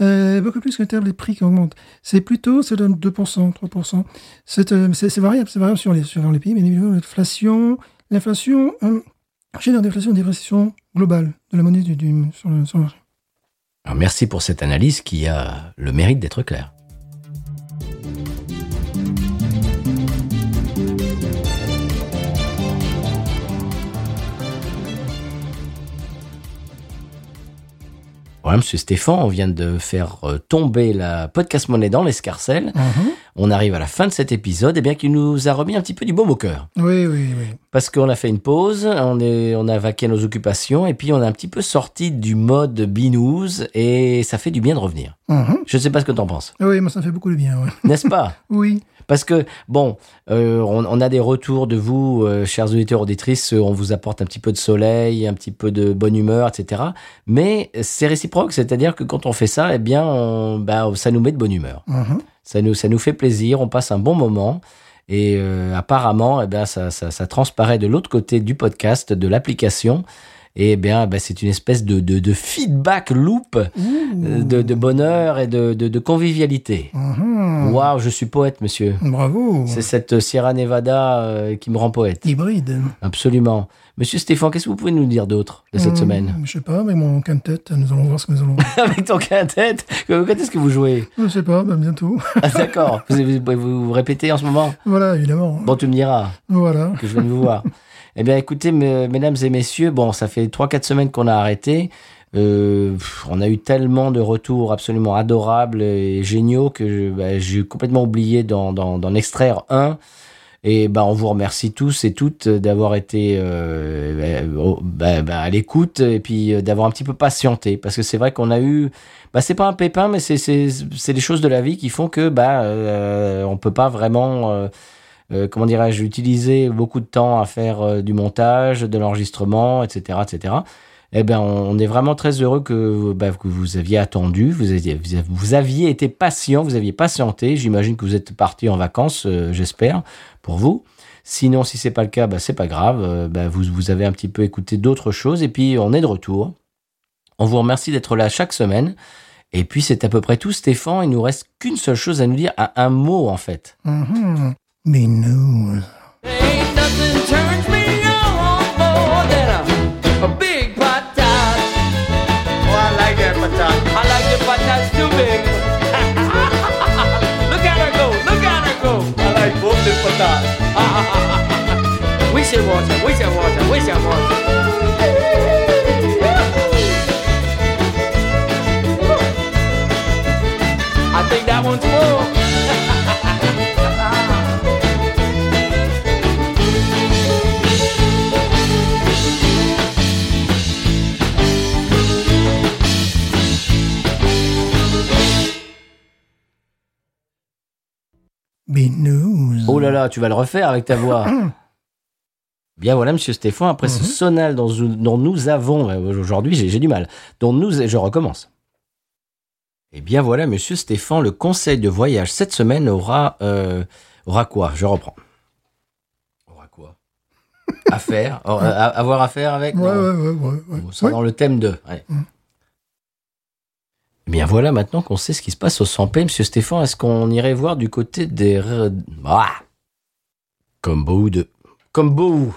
Euh, beaucoup plus qu'un terme, les prix qui augmentent. C'est plutôt, c'est de 2%, 3%. C'est, euh, c'est, c'est variable, c'est variable sur les, sur les pays, mais évidemment, l'inflation, l'inflation, euh, génère déflation, une dépréciation globale de la monnaie du, du- sur, le, sur le marché. Alors, Merci pour cette analyse qui a le mérite d'être claire. Voilà, monsieur Stéphane, on vient de faire euh, tomber la podcast monnaie dans l'escarcelle. on arrive à la fin de cet épisode, et bien qu'il nous a remis un petit peu du baume au cœur. Oui, oui, oui. Parce qu'on a fait une pause, on, est, on a vaqué nos occupations, et puis on a un petit peu sorti du mode binous, et ça fait du bien de revenir. Mhm. Je ne sais pas ce que t'en penses, Oui, moi, ça me fait beaucoup de bien. ouais. n'est-ce pas Oui. Parce que, bon, euh, on, on a des retours de vous, euh, chers auditeurs, auditrices, euh, on vous apporte un petit peu de soleil, un petit peu de bonne humeur, etc. Mais euh, c'est réciproque, c'est-à-dire que quand on fait ça, eh bien, on- bah, ça nous met de bonne humeur. Mhm. Ça nous, ça nous fait plaisir, on passe un bon moment. Et euh, apparemment, eh bien, ça, ça, ça transparaît de l'autre côté du podcast, de l'application. Et eh bien, bah, c'est une espèce de, de, de feedback loop euh, de, de bonheur et de, de, de convivialité. Mhm. Waouh, je suis poète, monsieur. Bravo. C'est cette Sierra Nevada euh, qui me rend poète. Hybride. Absolument. Monsieur Stéphane, qu'est-ce que vous pouvez nous dire d'autre de cette Hum, semaine Je sais pas, mais mon quintet, nous allons voir ce que nous allons voir. Avec ton quintet, quand est-ce que vous jouez je sais pas, ben, bientôt. ah, D'accord, vous, vous, vous- vous répétez en ce moment voilà, évidemment. Bon, tu me diras Voilà. que je viens de vous voir. Eh bien, écoutez, me- mesdames et messieurs, bon, ça fait 3-4 semaines qu'on a arrêté. Euh, pff, on a eu tellement de retours absolument adorables et géniaux que je- bah, j'ai complètement oublié d'en- d'en d'en extraire un. Et bah, on vous remercie tous et toutes d'avoir été euh, bah, au- bah, bah, à l'écoute et puis euh, d'avoir un petit peu patienté. Parce que c'est vrai qu'on a eu... Bah, c'est pas un pépin, mais c'est- c'est c'est les choses de la vie qui font que bah, euh, on peut pas vraiment... euh, euh, comment dirais-je, utiliser beaucoup de temps à faire euh, du montage, de l'enregistrement, etc., etc. Eh ben, on on est vraiment très heureux que, bah, que vous aviez attendu, vous aviez, vous aviez- vous aviez été patient, vous aviez patienté. J'imagine que vous êtes parti en vacances, euh, j'espère, pour vous. Sinon, si c'est pas le cas, bah, c'est pas grave. Euh, bah, vous, vous avez un petit peu écouté d'autres choses et puis on est de retour. On vous remercie d'être là chaque semaine. Et puis c'est à peu près tout, Stéphane. Il nous reste qu'une seule chose à nous dire, un- un mot en fait. Mhm. Mais nous. Ain't nothing turns me on more than a, a big patat. Oh, I like that patat. I like the patats too big. look at her go, look at her go. I like both the patats. we should watch her, we should watch her, we should watch her. I think that one's full. Mais nous. Oh là là, tu vas le refaire avec ta voix. Mmh. Bien voilà, monsieur Stéphane, après ce sonal dont, nous- dont nous avons, euh, aujourd'hui j'ai j'ai du mal, dont nous, je recommence. Et bien voilà, monsieur Stéphane, le conseil de voyage cette semaine aura, euh, aura quoi Je reprends. Aura quoi Affaire aura- a- Avoir affaire avec Ouais, non. ouais, ouais, ouais. ouais. On sera Ouais. dans le thème 2. Ouais. Mm. Eh Bien voilà, maintenant qu'on sait ce qui se passe au 100p, Monsieur Stéphane, est-ce qu'on irait voir du côté des... re- Ah Combo 2. Combo